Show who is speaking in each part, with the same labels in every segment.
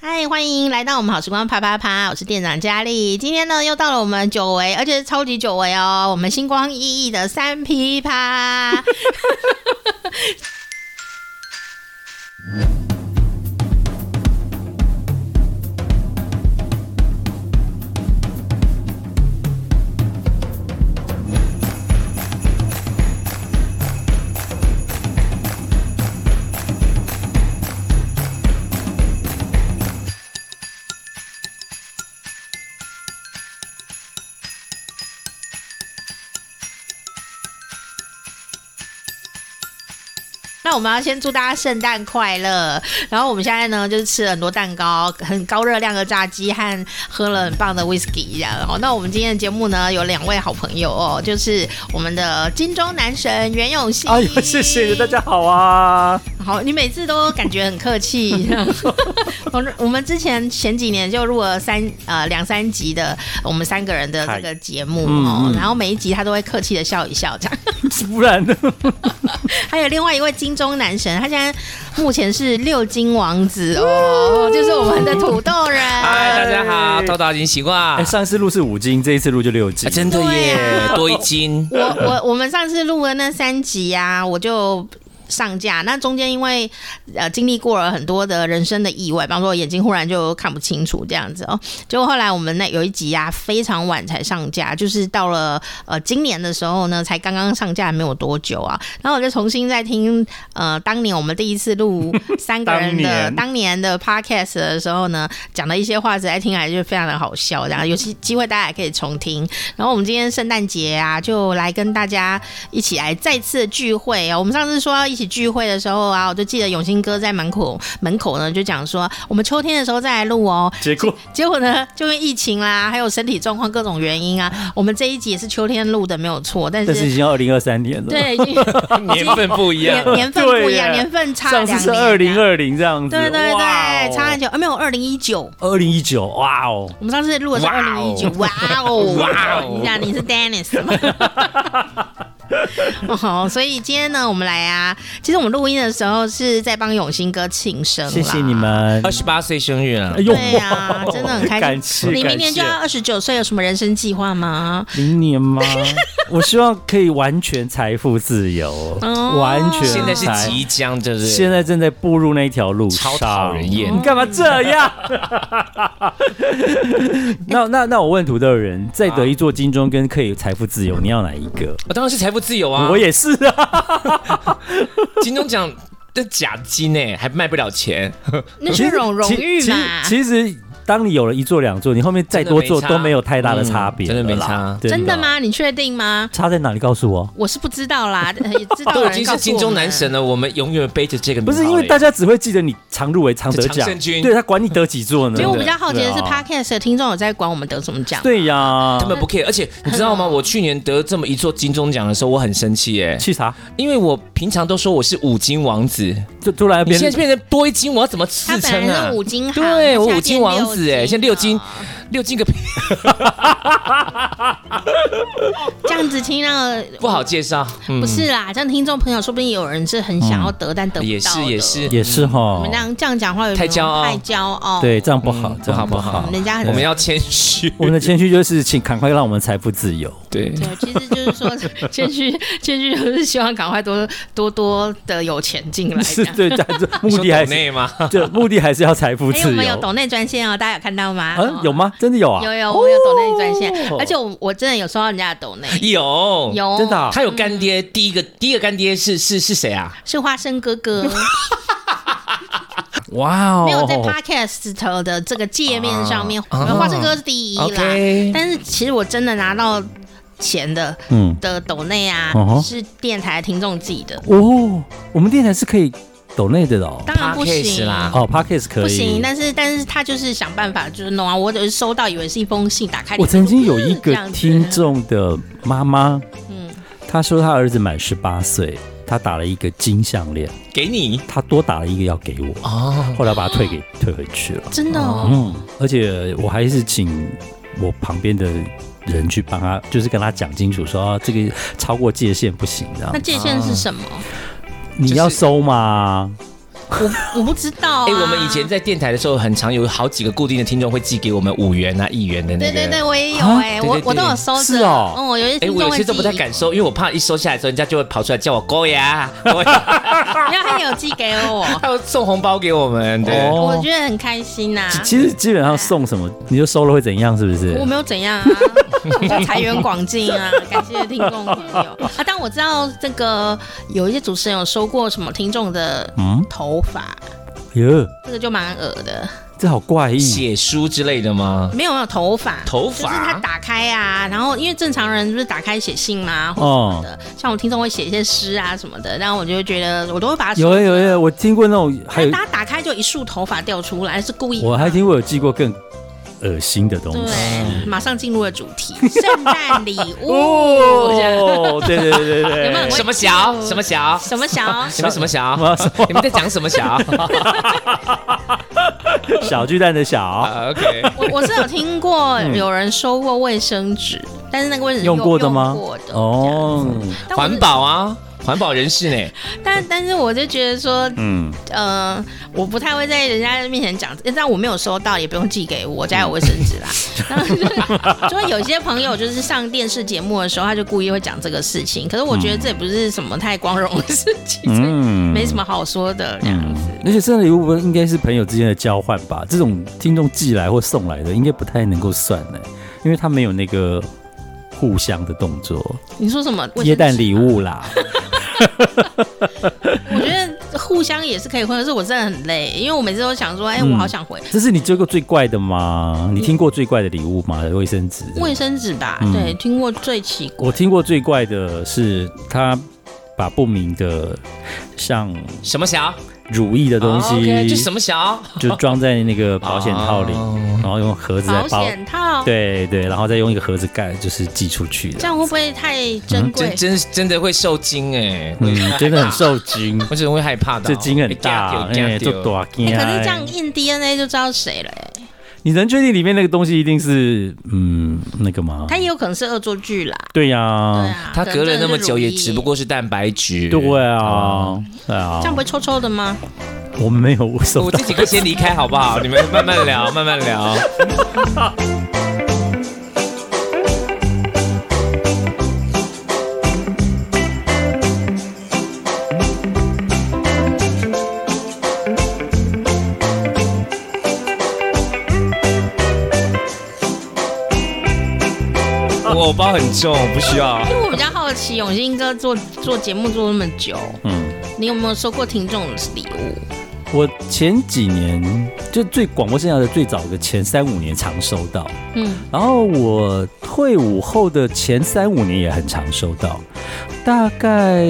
Speaker 1: 嗨，欢迎来到我们好时光啪啪啪，我是店长佳丽。今天呢，又到了我们久违，而且是超级久违哦，我们星光熠熠的三噼 啪。那我们要先祝大家圣诞快乐。然后我们现在呢，就是吃了很多蛋糕，很高热量的炸鸡和喝了很棒的 whisky 这样。哦，那我们今天的节目呢，有两位好朋友哦，就是我们的金钟男神袁永信。
Speaker 2: 哎呦，谢谢大。家好啊！
Speaker 1: 好，你每次都感觉很客气。我我们之前前几年就录了三呃两三集的我们三个人的这个节目哦，
Speaker 2: 嗯嗯
Speaker 1: 然后每一集他都会客气的笑一笑这样。
Speaker 2: 不然呢？
Speaker 1: 还有另外一位金钟男神，他现在目前是六金王子哦，就是我们的土豆人。
Speaker 3: 嗨，大家好，豆豆已经习惯
Speaker 2: 哎，，上次录是五斤，这一次录就六斤
Speaker 3: 啊，真的耶
Speaker 1: 对啊，
Speaker 3: 多一斤。
Speaker 1: 我我我们上次录的那三集呀、我就。上架那中间因为呃经历过了很多的人生的意外，比方说我眼睛忽然就看不清楚这样子哦，结果后来我们那有一集啊非常晚才上架，就是到了呃今年的时候呢才刚刚上架没有多久啊，然后我就重新再听呃当年我们第一次录三个人的
Speaker 2: 当年
Speaker 1: 当年的 podcast 的时候呢，讲的一些话实在听起来就非常的好笑，然后有机机会大家也可以重听。然后我们今天圣诞节啊，就来跟大家一起来再次聚会啊。我们上次说要一起聚会的时候啊，我就记得永兴哥在门口门口呢就讲说，我们秋天的时候再来录哦。
Speaker 2: 结果
Speaker 1: 结果呢，就因为疫情啦，还有身体状况各种原因啊，我们这一集也是秋天录的，没有错。但
Speaker 2: 但是已
Speaker 1: 是
Speaker 2: 经二零二三年了，，
Speaker 1: 对，已经
Speaker 3: 年份不一样
Speaker 1: 年，年份不一样，
Speaker 2: 对耶啊
Speaker 1: 年份差了
Speaker 2: 上次
Speaker 1: 两
Speaker 2: 是
Speaker 1: 年。啊
Speaker 2: 二零。二零这样子，
Speaker 1: 对对
Speaker 2: 哇
Speaker 1: 对，
Speaker 2: 哦
Speaker 1: 差很久，啊，没有二零一九。
Speaker 2: 二零一九，哇哦！
Speaker 1: 我们上次录的是二
Speaker 3: 哇
Speaker 1: 零
Speaker 3: 哦
Speaker 1: 一九，哇哦，哇
Speaker 3: 哇
Speaker 1: 哦
Speaker 3: 哦！
Speaker 1: 你想你是 Dennis 吗？哦，所以今天呢，我们来啊，其实我们录音的时候是在帮永兴哥庆生啦，
Speaker 2: 谢谢你。们
Speaker 3: 二，十八岁生日了
Speaker 2: 哎。呦
Speaker 1: 对 啊，真的很开心。
Speaker 2: 感谢
Speaker 1: 你明
Speaker 2: 感
Speaker 1: 年就
Speaker 2: 谢哦
Speaker 1: 要二十九岁，有什么人生计划吗？
Speaker 2: 明 年吗？我希望可以完全财富自由，
Speaker 1: 哦
Speaker 2: 完全
Speaker 3: 现在是
Speaker 2: 财
Speaker 3: 即将，就是
Speaker 2: 现在正在步入那一条路上，
Speaker 3: 超讨人厌
Speaker 2: 你干嘛这样？ 那那那我问土豆人，在得一座金钟跟可以财富自
Speaker 3: 啊
Speaker 2: 由，你要哪一个？
Speaker 3: 我当然是财富自由啊
Speaker 2: 我！也是啊，
Speaker 3: 金钟奖的奖金呢，还卖不了钱，
Speaker 1: 那是荣荣誉
Speaker 2: 其实
Speaker 1: 嘛。
Speaker 2: 其实其实当你有了一座两座，你后面再多座
Speaker 3: 真的没差
Speaker 2: 都没有太大的差别、
Speaker 3: 嗯真的没差
Speaker 1: 真的？吗？你确定吗？
Speaker 2: 差在哪里？告诉我。
Speaker 1: 我是不知道 啦，呃也知道
Speaker 3: 哦都
Speaker 1: 有
Speaker 3: 已
Speaker 1: 人
Speaker 3: 经
Speaker 1: 告诉我
Speaker 3: 是金钟男
Speaker 1: 们。
Speaker 3: 神了，我们永远背着这个名
Speaker 2: 不
Speaker 3: 号哎
Speaker 2: 是
Speaker 3: 嘞。
Speaker 2: 因为大家只会记得你常入围、常得
Speaker 3: 欸常
Speaker 2: 奖
Speaker 3: 胜，军
Speaker 2: 对他管你得几座呢？
Speaker 1: 所以我比较好奇的是
Speaker 2: 对啊
Speaker 1: ，Podcast 的听众有在管我们得什么奖？
Speaker 2: 对呀
Speaker 3: 他，们不 care，而且你知道吗？我去年得这么一座金钟奖的时候，我很生气耶，
Speaker 2: 去查，
Speaker 3: 因为我平常都说我是五金王子，
Speaker 2: 就突然
Speaker 3: 你
Speaker 2: 变
Speaker 3: 现在变成多一斤，我要怎么自
Speaker 1: 他本
Speaker 3: 称
Speaker 1: 来
Speaker 3: 啊
Speaker 1: 是？五金行，
Speaker 3: 对我
Speaker 1: 现在
Speaker 3: 五金
Speaker 1: 变哦
Speaker 3: 王
Speaker 2: 欸
Speaker 3: 子哎现在六金
Speaker 1: 了
Speaker 3: 六斤个屁，
Speaker 1: 这样子听到
Speaker 3: 不好介绍。嗯
Speaker 1: 不是啦，这样听众朋友说不定有人是很想要得，但得不到的
Speaker 3: 也是也是，
Speaker 2: 也是
Speaker 1: 我
Speaker 2: 哈
Speaker 1: 们，这样这样讲话有
Speaker 3: 太骄傲
Speaker 1: 太骄傲，
Speaker 2: 对，这样不好
Speaker 3: 嗯，
Speaker 2: 这样
Speaker 3: 不好不
Speaker 2: 好
Speaker 1: 嗯，。人家 很
Speaker 3: 我们要谦虚。
Speaker 2: 我们的谦虚就是，请赶快让我们财富自 由。
Speaker 3: 对
Speaker 1: 对，其实就是说 谦虚，谦虚就是希望赶快多多多的有钱进来。这
Speaker 2: 是
Speaker 1: 样
Speaker 2: 对，但 是目的还是
Speaker 3: 内吗？
Speaker 2: 对，目的还是要财富
Speaker 1: 哎，我
Speaker 2: 自
Speaker 1: 们有
Speaker 2: 由。
Speaker 1: 抖内专线哦，大家有看到吗？
Speaker 2: 啊，有？吗？真的有啊？
Speaker 1: 有有，我们有抖内专线，
Speaker 2: 哦哎
Speaker 1: 而且我我真的有收到人家的抖内，
Speaker 3: 有，
Speaker 1: 有哦
Speaker 2: 真的啊
Speaker 3: 他有干爹。第一个第一个干爹是是是谁啊？
Speaker 1: 是花生哥哥。
Speaker 2: 哇哦！
Speaker 1: 没有在 Podcast 的这个界面上面，
Speaker 3: 啊
Speaker 1: 然后花生哥是第一
Speaker 2: 哦
Speaker 1: 啦。
Speaker 3: OK
Speaker 1: 但是其实我真的拿到钱的
Speaker 2: 嗯，
Speaker 1: 的抖内啊
Speaker 2: 嗯，哼
Speaker 1: 是电台听众自己的，
Speaker 2: 哦，我们电台是可以抖内的哦。
Speaker 1: 当然不
Speaker 3: Podcast
Speaker 1: 行
Speaker 3: 啦
Speaker 2: 哦 p o d c a s t 可以。
Speaker 1: 不行，但是但是他就是想办法，就是弄啊。我只是收到以为是一封信，打开
Speaker 2: 我曾经有一
Speaker 1: 这
Speaker 2: 个
Speaker 1: 样子
Speaker 2: 听，众的妈妈，
Speaker 1: 嗯，
Speaker 2: 她说她儿子满十八岁，她打了一个金项链，
Speaker 3: 给你
Speaker 2: 她多打了一个要给我，
Speaker 3: 哦，
Speaker 2: 后来把它 退给退回去了。
Speaker 1: 真的哦，
Speaker 2: 嗯，而且我还是请我旁边的人去帮他，就是跟他讲清楚说、啊、这个超过界限不行这样
Speaker 1: 那。界限是什么？
Speaker 2: 你要收吗？
Speaker 1: 我我不知道、啊。
Speaker 3: 哎、我们以前在电台的时候，很常有好几个固定的听众会寄给我们五元啊、一元的那
Speaker 1: 对
Speaker 3: 个。
Speaker 1: 对对，我也有
Speaker 2: 啊
Speaker 1: 哎、
Speaker 3: 对
Speaker 1: 我
Speaker 3: 对
Speaker 1: 我都
Speaker 3: 对
Speaker 1: 有收着。
Speaker 2: 是哦
Speaker 1: 嗯，我有一些
Speaker 3: 哎、
Speaker 1: 听
Speaker 3: 我
Speaker 1: 众
Speaker 3: 有
Speaker 1: 会
Speaker 3: 些都不太
Speaker 1: 寄
Speaker 3: 敢收，因为我怕一收下来之后，人家就会跑出来叫我勾呀，勾呀，
Speaker 1: 然后他也有寄给我，
Speaker 3: 他会送红包给我们。对，
Speaker 1: 我
Speaker 2: 哦
Speaker 1: 觉得很开心啊呐、
Speaker 2: 其实基本上送什么，你就收了会怎样，是不是
Speaker 1: 我？没有怎样 啊，我就财源广进啊，感谢听众朋友啊。但我知道这个有一些主持人有收过什么听众的
Speaker 2: 嗯，
Speaker 1: 头发，
Speaker 2: 哟，
Speaker 1: 这个就蛮恶的。
Speaker 2: 这好怪异。
Speaker 3: 写书之类的吗？
Speaker 1: 没有没有头发，
Speaker 3: 头
Speaker 1: 就是他
Speaker 3: 发
Speaker 1: 打开啊，然后因为正常人就是打开写信嘛，或
Speaker 2: 哦
Speaker 1: 什么的。像我听众会写一些诗啊什么的，然后我就会觉得我都会把它
Speaker 2: 有
Speaker 1: 收
Speaker 2: 欸有欸，我听过那种，还有
Speaker 1: 大家哎打啊开就一束头发掉出来，是故意的吗。
Speaker 2: 我还听过有寄过更恶心的东西。
Speaker 1: 对，马上进入了主 题，圣诞礼物。
Speaker 2: 哦，对对对对
Speaker 1: 有没有
Speaker 2: 对，
Speaker 3: 什么小？什么小？
Speaker 1: 什么 小？
Speaker 3: 你们什么小
Speaker 2: 什？么什
Speaker 3: 你们在讲什么小
Speaker 2: 么小巨蛋的小，
Speaker 3: 啊？OK，
Speaker 1: 我我是有听过有人收过卫生纸，但是那个卫生纸
Speaker 2: 嗯用过的吗
Speaker 1: 用过的哦，
Speaker 2: 哦，
Speaker 1: 但我
Speaker 3: 环保啊，环保人士呢？
Speaker 1: 但但是我就觉得说，
Speaker 2: 嗯，
Speaker 1: 呃，我不太会在人家面前讲，但我没有收到，也不用寄给我，我家有卫生纸 啦。然后就是就会有些朋友就是上电视节目的时候，他就故意会讲这个事情，可是我觉得这也不是什么太光荣的事情，所以
Speaker 2: 嗯
Speaker 1: 没什么好说的这样子。
Speaker 2: 而且生日礼物不应该是朋友之间的交换吧？这种听众寄来或送来的，应该不太能够算呢，因为他没有那个互相的动作，
Speaker 1: 你说什么？卫生
Speaker 2: 耶诞
Speaker 1: 纸啊
Speaker 2: 礼物啦。
Speaker 1: 我觉得互相也是可以混，可是我真的很累，因为我每次都想说，哎、我好想回
Speaker 2: 这是你追过最怪的吗？你听过最怪的礼物吗？卫生纸？
Speaker 1: 卫生纸吧。
Speaker 2: 嗯
Speaker 1: 对，听过最奇怪，
Speaker 2: 我听过最怪的是他把不明的像
Speaker 3: 什么小
Speaker 2: 乳液的东
Speaker 1: 哦
Speaker 3: 啊，OK，
Speaker 2: 西
Speaker 3: 就什么小
Speaker 2: 就装在那个保险套里，
Speaker 3: 哦
Speaker 2: 然后用盒子来
Speaker 1: 保
Speaker 2: 包，
Speaker 1: 险套，
Speaker 2: 对对，然后再用一个盒子盖，就是寄出去
Speaker 1: 这
Speaker 2: 的。
Speaker 1: 样会不会太珍贵
Speaker 3: 真？真真的会受惊哎，
Speaker 2: 嗯，真的很受惊，
Speaker 3: 我真的会害怕的，哦
Speaker 2: 这惊很大，
Speaker 3: 会吓到
Speaker 2: 哎，就大惊。
Speaker 1: 哎可是这样印 DNA 就知道谁了、哎
Speaker 2: 哦你能确定里面那个东西一定是嗯那个吗？
Speaker 1: 他也有可能是恶作剧啦。
Speaker 2: 对呀、
Speaker 1: 对啊，
Speaker 3: 它隔了那么久，也只不
Speaker 1: 可能真的是
Speaker 3: 过是蛋白质。
Speaker 2: 对啊，对
Speaker 1: 乳液
Speaker 2: 啊
Speaker 1: 这样，不会臭臭的吗？
Speaker 2: 我们没有我 手
Speaker 3: 我自己可以先离开好不好？你们慢慢聊，慢慢聊。我包很重，不需要。
Speaker 1: 因为我比较好奇，永兴哥做做节目做那么久，
Speaker 2: 嗯。
Speaker 1: 你有没有收过听众的礼物？
Speaker 2: 我前几年就最广播生涯的最早的前三五年常收到，
Speaker 1: 嗯，
Speaker 2: 然后我退伍后的前三五年也很常收到，大概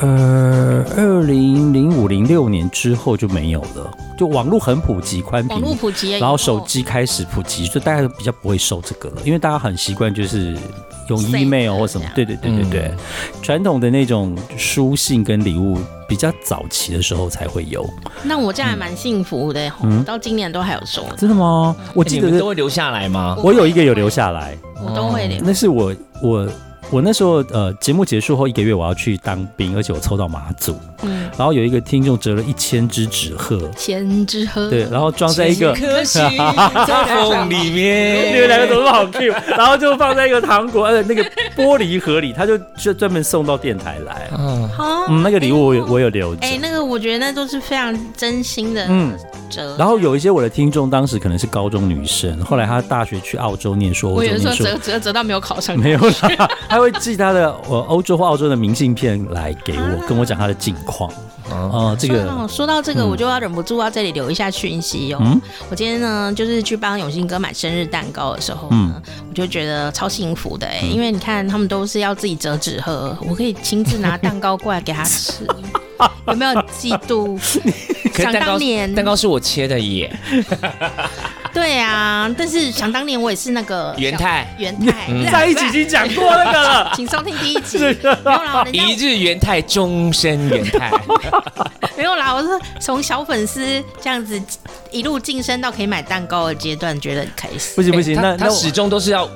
Speaker 2: 呃二零零五零六年之后就没有了，就网络很普及宽
Speaker 1: 网络
Speaker 2: 频。
Speaker 1: 普及了以后，
Speaker 2: 然后手机开始普及，所以大家比较不会收这个了，因为大家很习惯就是用
Speaker 1: Send
Speaker 2: email 或什么
Speaker 1: 这样，嗯
Speaker 2: 对对对对对，传统的那种书信跟礼物比较早期的时候才会有。
Speaker 1: 那我这样还蛮幸福的，吼
Speaker 2: 嗯
Speaker 1: 到今年都还有收，
Speaker 2: 真的吗？我记
Speaker 3: 你
Speaker 2: 得
Speaker 1: 哎
Speaker 3: 们
Speaker 2: 是
Speaker 3: 都会留下来吗？
Speaker 2: 我有一个有留下来，
Speaker 1: 我都会留。
Speaker 2: 那是我我我那时候呃节目结束后一个月我要去当兵，而且我抽到马祖，
Speaker 1: 嗯，
Speaker 2: 然后有一个听众折了一千只纸鹤，
Speaker 1: 前之喝。
Speaker 2: 对，然后装在一 个。
Speaker 3: 可惜在风里面。
Speaker 2: 你们两个怎么那么好 Q？然后就放在一个糖果呃那个玻璃盒里，他就就专门送到电台来。
Speaker 3: 嗯，
Speaker 1: 好，
Speaker 2: 嗯，那个礼物我有我
Speaker 1: 有。
Speaker 2: 有留着
Speaker 1: 哦哎、。那个我觉得那都是非常真心的
Speaker 2: 嗯，
Speaker 1: 折。
Speaker 2: 然后有一些我的听众当时可能是高中女生，后来她大学去澳洲念书，
Speaker 1: 我
Speaker 2: 欧
Speaker 1: 有
Speaker 2: 洲
Speaker 1: 时候
Speaker 2: 念书，
Speaker 1: 折折折到没有考上，哦
Speaker 2: 没有啦，他会寄他的呃欧洲或澳洲的明信片来给我，跟我讲他的近况。哦、这个
Speaker 1: 哦，说到这个，我就要忍不住要这里留一下讯息哦。
Speaker 2: 嗯
Speaker 1: 我今天呢，就是去帮永兴哥买生日蛋糕的时候呢，
Speaker 2: 嗯
Speaker 1: 我就觉得超幸福的哎、因为你看他们都是要自己折纸鹤，我可以亲自拿蛋糕过来给他 吃，有没有嫉妒？
Speaker 3: 可
Speaker 1: 想
Speaker 3: 是蛋
Speaker 1: 当
Speaker 3: 糕
Speaker 1: 年，
Speaker 3: 蛋糕是我切 的耶，
Speaker 1: 对啊，但是想当年我也是那个
Speaker 3: 元太
Speaker 1: 元太，
Speaker 3: 嗯
Speaker 1: 对
Speaker 2: 在一起啊已经讲过那个 了。
Speaker 1: 请收听第一 集。没有啦，人家
Speaker 3: 一日元太，终身元 太。
Speaker 1: 没有啦，我是从小粉丝这样子一路晋升到可以买蛋糕的阶段，觉得很开心。
Speaker 2: 不行不行，那
Speaker 3: 欸他
Speaker 2: 那
Speaker 3: 他
Speaker 2: 我
Speaker 3: 始终都是要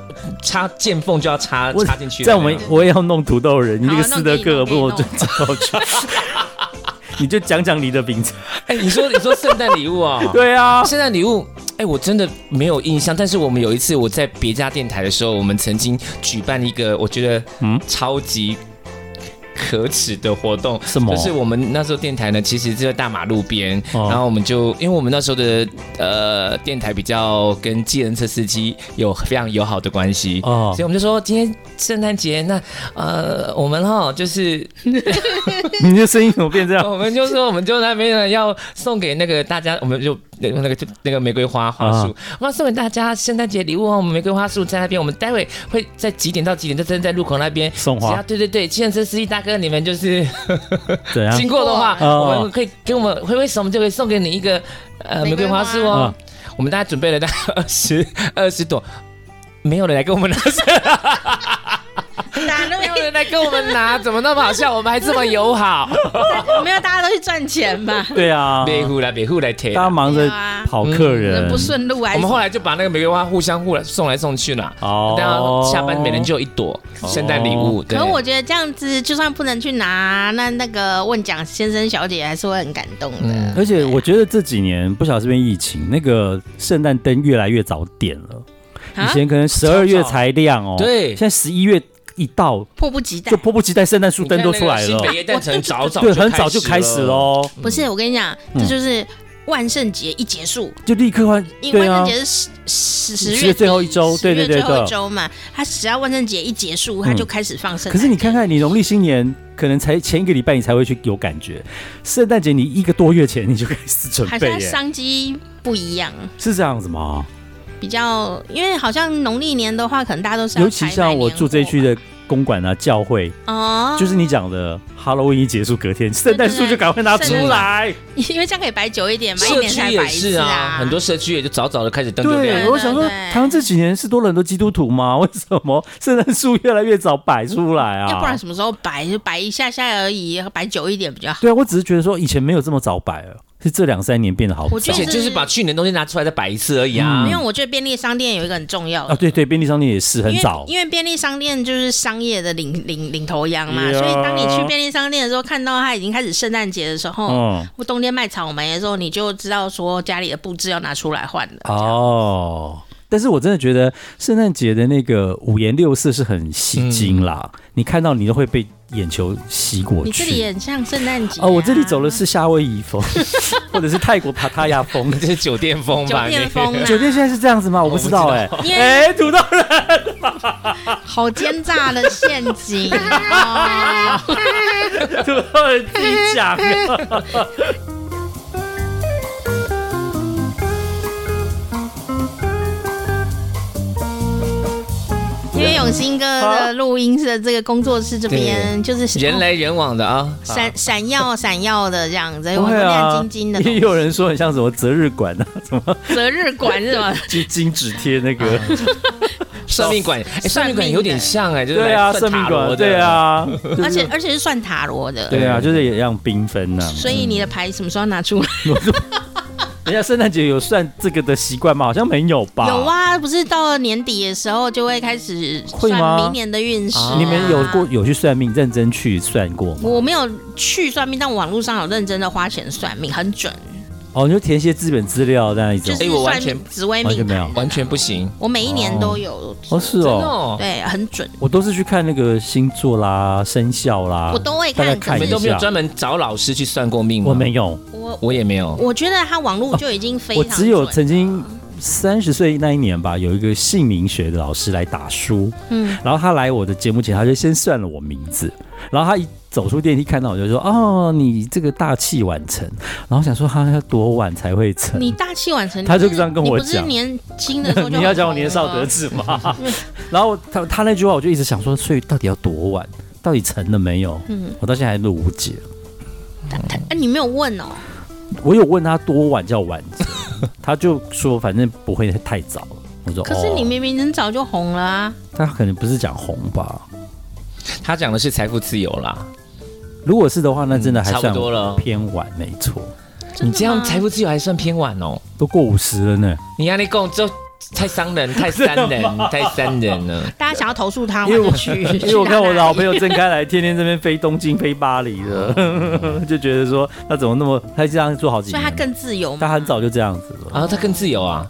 Speaker 3: 插见缝就要插
Speaker 2: 我
Speaker 3: 插进去的
Speaker 2: 在
Speaker 3: 那种。
Speaker 2: 我们我也要弄土豆人，你
Speaker 1: 好
Speaker 2: 这个斯德哥尔
Speaker 1: 弄给你
Speaker 2: 不，我
Speaker 1: 弄
Speaker 2: 就
Speaker 1: 给你
Speaker 2: 走去。 你就讲讲你的名字。
Speaker 3: 哎、你说你说圣诞礼物啊、
Speaker 2: 对啊，
Speaker 3: 圣诞礼物，哎、我真的没有印象。但是我们有一次我在别家电台的时候，我们曾经举办一个我觉得
Speaker 2: 嗯
Speaker 3: 超级可耻的活动，
Speaker 2: 什么
Speaker 3: 就是我们那时候电台呢，其实就在大马路边，
Speaker 2: 哦
Speaker 3: 然后我们就因为我们那时候的呃电台比较跟计程车司机有非常友好的关系，
Speaker 2: 哦
Speaker 3: 所以我们就说今天圣诞节，那呃我们哈就是
Speaker 2: 你的声音怎么变这样？
Speaker 3: 我们就说，我们就那边呢要送给那个大家，我们就那个那个就那个玫瑰花花
Speaker 2: 啊
Speaker 3: 束，我们要送给大家圣诞节礼物哦。我们玫瑰花束在那边，我们待会会在几点到几点就站在路口那边
Speaker 2: 送花
Speaker 3: 只要对对对，计程车司机大哥，你们就是
Speaker 2: 怎样？
Speaker 3: 经过的话，
Speaker 2: 哦
Speaker 3: 我们可以给我们挥挥手，我们就可以送给你一个呃
Speaker 1: 玫
Speaker 3: 玫
Speaker 1: 瑰
Speaker 3: 瑰
Speaker 1: 花
Speaker 3: 花束哦。我们大家准备了大概二十二十朵，没有人来跟 我们拿，
Speaker 1: 大家都
Speaker 3: 没
Speaker 1: 没
Speaker 3: 有
Speaker 1: 有
Speaker 3: 人来跟我们拿，怎么那么好笑？我们还这么友好，
Speaker 1: 没有，大家都去赚钱吧，
Speaker 2: 对啊，
Speaker 3: 别呼来别呼来贴
Speaker 2: 大。家忙着
Speaker 1: 对啊
Speaker 2: 跑客人
Speaker 1: 人，不顺路还
Speaker 3: 我
Speaker 1: 是
Speaker 3: 们后来就把那个玫瑰花互相互来送来送去啦。
Speaker 2: 哦
Speaker 3: 大家下班每人就有一朵圣诞礼物。对
Speaker 1: 可我觉得这样子，就算不能去拿，那那个问奖先生小姐还是会很感动的。
Speaker 3: 嗯
Speaker 2: 而且我觉得这几年不晓得是不是因为疫情，那个圣诞灯越来越早点了，以
Speaker 1: 啊，
Speaker 2: 前可能十二月才亮哦，
Speaker 3: 对
Speaker 2: 现在十一月一到
Speaker 1: 迫不及待
Speaker 2: 就。迫不及待，圣诞树灯都出来
Speaker 3: 你看那个新
Speaker 2: 了，
Speaker 3: 北耶诞城早早
Speaker 2: 对，很早就开始
Speaker 3: 了。
Speaker 2: 喽，
Speaker 1: 不是，我跟你讲，
Speaker 2: 嗯
Speaker 1: 这就是万圣节一结束，
Speaker 2: 就立刻换，
Speaker 1: 因为
Speaker 2: 对啊
Speaker 1: 万圣，节是十十
Speaker 2: 十
Speaker 1: 十
Speaker 2: 月
Speaker 1: 月
Speaker 2: 最后一周
Speaker 1: 底
Speaker 2: 对
Speaker 1: 十月
Speaker 2: 对对
Speaker 1: 最后
Speaker 2: 对嗯
Speaker 1: 一周嘛，他只要万圣节一结束，他就开始放圣诞。
Speaker 2: 可是你看，看，你农历新年可能才前一个礼拜你才会去有感觉，圣诞节你一个多月前你就开始准
Speaker 1: 还是
Speaker 2: 备
Speaker 1: 他
Speaker 2: 耶，
Speaker 1: 商机不一样，
Speaker 2: 是这样子吗？
Speaker 1: 比较因为好像农历年的话，可能大家都是要
Speaker 2: 尤其
Speaker 1: 采买
Speaker 2: 像我
Speaker 1: 年
Speaker 2: 住这一
Speaker 1: 货
Speaker 2: 区的公馆啊、教会，
Speaker 1: 哦，
Speaker 2: 就是你讲的 Halloween 一结束隔天，圣诞树就赶快拿出来。
Speaker 1: 因为这样可以摆久一点嘛，一
Speaker 3: 社
Speaker 1: 年
Speaker 3: 区
Speaker 1: 才
Speaker 3: 也
Speaker 1: 摆一
Speaker 3: 是
Speaker 1: 次
Speaker 3: 啊，很多社区也就早早的开始灯就亮
Speaker 2: 对，啊
Speaker 3: 了。
Speaker 2: 我想说，
Speaker 1: 对对
Speaker 2: 台湾这几年是多了很多基督徒吗？ 为什么圣诞树越来越早摆出来啊？
Speaker 1: 要不然什么时候摆就摆一下下而已，摆久一点比较好。
Speaker 2: 对啊，我只是觉得说以前没有这么早摆了，是这两三年变得好
Speaker 1: 我觉
Speaker 2: 早
Speaker 3: 而且就是把去年的东西拿出来再摆一次而已啊
Speaker 2: 嗯
Speaker 1: 没。有，我觉得便利商店有一个很重要的
Speaker 2: 啊。对对，便利商店也是很
Speaker 1: 因为
Speaker 2: 早，
Speaker 1: 因为便利商店就是商业的领领领头羊嘛
Speaker 2: Yeah
Speaker 1: 所以当你去便利商店的时候，看到它已经开始圣诞节的时候，
Speaker 2: 嗯，
Speaker 1: 或冬天卖草莓的时候，你就知道说家里的布置要拿出来换了。
Speaker 2: 啊哦。但是我真的觉得圣诞节的那个五颜六色是很吸睛啦，你看到你都会被眼球吸过去。
Speaker 1: 嗯你这里也很像圣诞节、啊、
Speaker 2: 哦，我这里走的是夏威夷 风，或者是泰国帕塔亚风。
Speaker 3: 这是酒店风
Speaker 1: 酒
Speaker 3: 吧？
Speaker 1: 店风啊，
Speaker 2: 酒店现在是这样子吗？我不知道哎、
Speaker 1: 因为
Speaker 2: 哎、土豆人，
Speaker 1: 好奸诈的陷 阱、哦。
Speaker 2: 土豆人自己讲。
Speaker 1: 因为永兴哥的录音室的这个工作室这边就是
Speaker 3: 人来人往的啊。
Speaker 1: 闪闪耀闪耀的这样子，有
Speaker 2: 不
Speaker 1: 很
Speaker 2: 会
Speaker 1: 多亮
Speaker 2: 啊
Speaker 1: 晶晶的，
Speaker 2: 也有人说很像什么择日馆啊， 什么
Speaker 1: 择日馆是吗？
Speaker 2: 金金纸贴那个，
Speaker 3: 啊算命馆，哎，算命馆有点像哎，就是
Speaker 2: 对啊，
Speaker 3: 来算
Speaker 2: 圣命
Speaker 3: 塔罗
Speaker 2: 馆，
Speaker 3: 的
Speaker 2: 对，啊，
Speaker 1: 而且而且是算塔罗的，
Speaker 2: 对啊，就是也让缤纷啊呐。
Speaker 1: 所以你的牌什么时候拿出来？
Speaker 2: 人家圣诞节有算这个的习惯吗？好像没有吧？
Speaker 1: 有，啊，不是到了年底的时候就会开始
Speaker 2: 会吗
Speaker 1: 算明年的运势、啊
Speaker 2: 你们有过？有去算命，认真去算过吗？
Speaker 1: 我没有去算命，但网络上有认真的花钱算命，很准，
Speaker 2: 哦，你就填一些基本资料那一
Speaker 1: 就
Speaker 2: 种
Speaker 1: 是，
Speaker 3: 哎我完
Speaker 1: 算
Speaker 3: 全
Speaker 1: 紫微
Speaker 2: 完
Speaker 1: 命
Speaker 2: 全没有
Speaker 1: 盘。
Speaker 3: 完全不行。
Speaker 1: 我每一年都有，
Speaker 2: 哦，是
Speaker 3: 真的
Speaker 2: 哦。
Speaker 3: 哦，
Speaker 1: 对，很准。
Speaker 2: 我都是去看那个星座啦、生肖啦，
Speaker 1: 我都会
Speaker 2: 大
Speaker 1: 看
Speaker 2: 概
Speaker 1: 可
Speaker 2: 看
Speaker 3: 你
Speaker 1: 是
Speaker 2: 一
Speaker 3: 们都没有
Speaker 2: 下。
Speaker 3: 专门找老师去算过命吗？
Speaker 2: 我没，有，
Speaker 1: 我
Speaker 3: 我也没有。
Speaker 1: 我觉得他网络就已经非常
Speaker 2: 哦我
Speaker 1: 准、
Speaker 2: 只有曾经三十岁那一年吧，有一个姓名学的老师来打书，
Speaker 1: 嗯，
Speaker 2: 然后他来我的节目前，他就先算了我名字，然后他一走出电梯看到我就说：“哦，你这个大器晚成。”然后想说他要多晚才会成？
Speaker 1: 你大器晚成，
Speaker 2: 他就
Speaker 1: 你不是
Speaker 2: 这样跟我讲
Speaker 1: 你不是年轻的时候就
Speaker 2: 你要讲
Speaker 1: 讲
Speaker 2: 我年少得志 吗？然后他他那句话我就一直想说，所以到底要多晚？到底成了没有？
Speaker 1: 嗯
Speaker 2: 我到现在还都无解。
Speaker 1: 啊，你没有问哦，
Speaker 2: 我有问他多晚叫晚成， 他就说反正不会太早了。我说
Speaker 1: 可是你
Speaker 2: 哦
Speaker 1: 明明很早就红了啊，
Speaker 2: 他可能不是讲红吧？
Speaker 3: 他讲的是财富自由啦。
Speaker 2: 如果是的话，那真的还
Speaker 3: 嗯差
Speaker 2: 算
Speaker 3: 不多了
Speaker 2: 偏晚，没错，
Speaker 1: 真的
Speaker 3: 你这样
Speaker 1: 吗
Speaker 3: 财富自由还算偏晚哦。
Speaker 2: 都过五十了呢。
Speaker 3: 你压力够，就太 伤人，太伤人，太伤人了。
Speaker 1: 大家想要投诉他，
Speaker 2: 因为我
Speaker 1: 我就去。
Speaker 2: 因为我看我的好朋友
Speaker 1: 去哪里
Speaker 2: 郑开来，天天这边飞东京、飞巴黎的， 就觉得说他怎么那么他这样做好几
Speaker 1: 所以
Speaker 2: 年
Speaker 1: 他
Speaker 2: 了，
Speaker 1: 更自由嘛。
Speaker 2: 他很早就这样子了。
Speaker 3: 然后他更自由啊，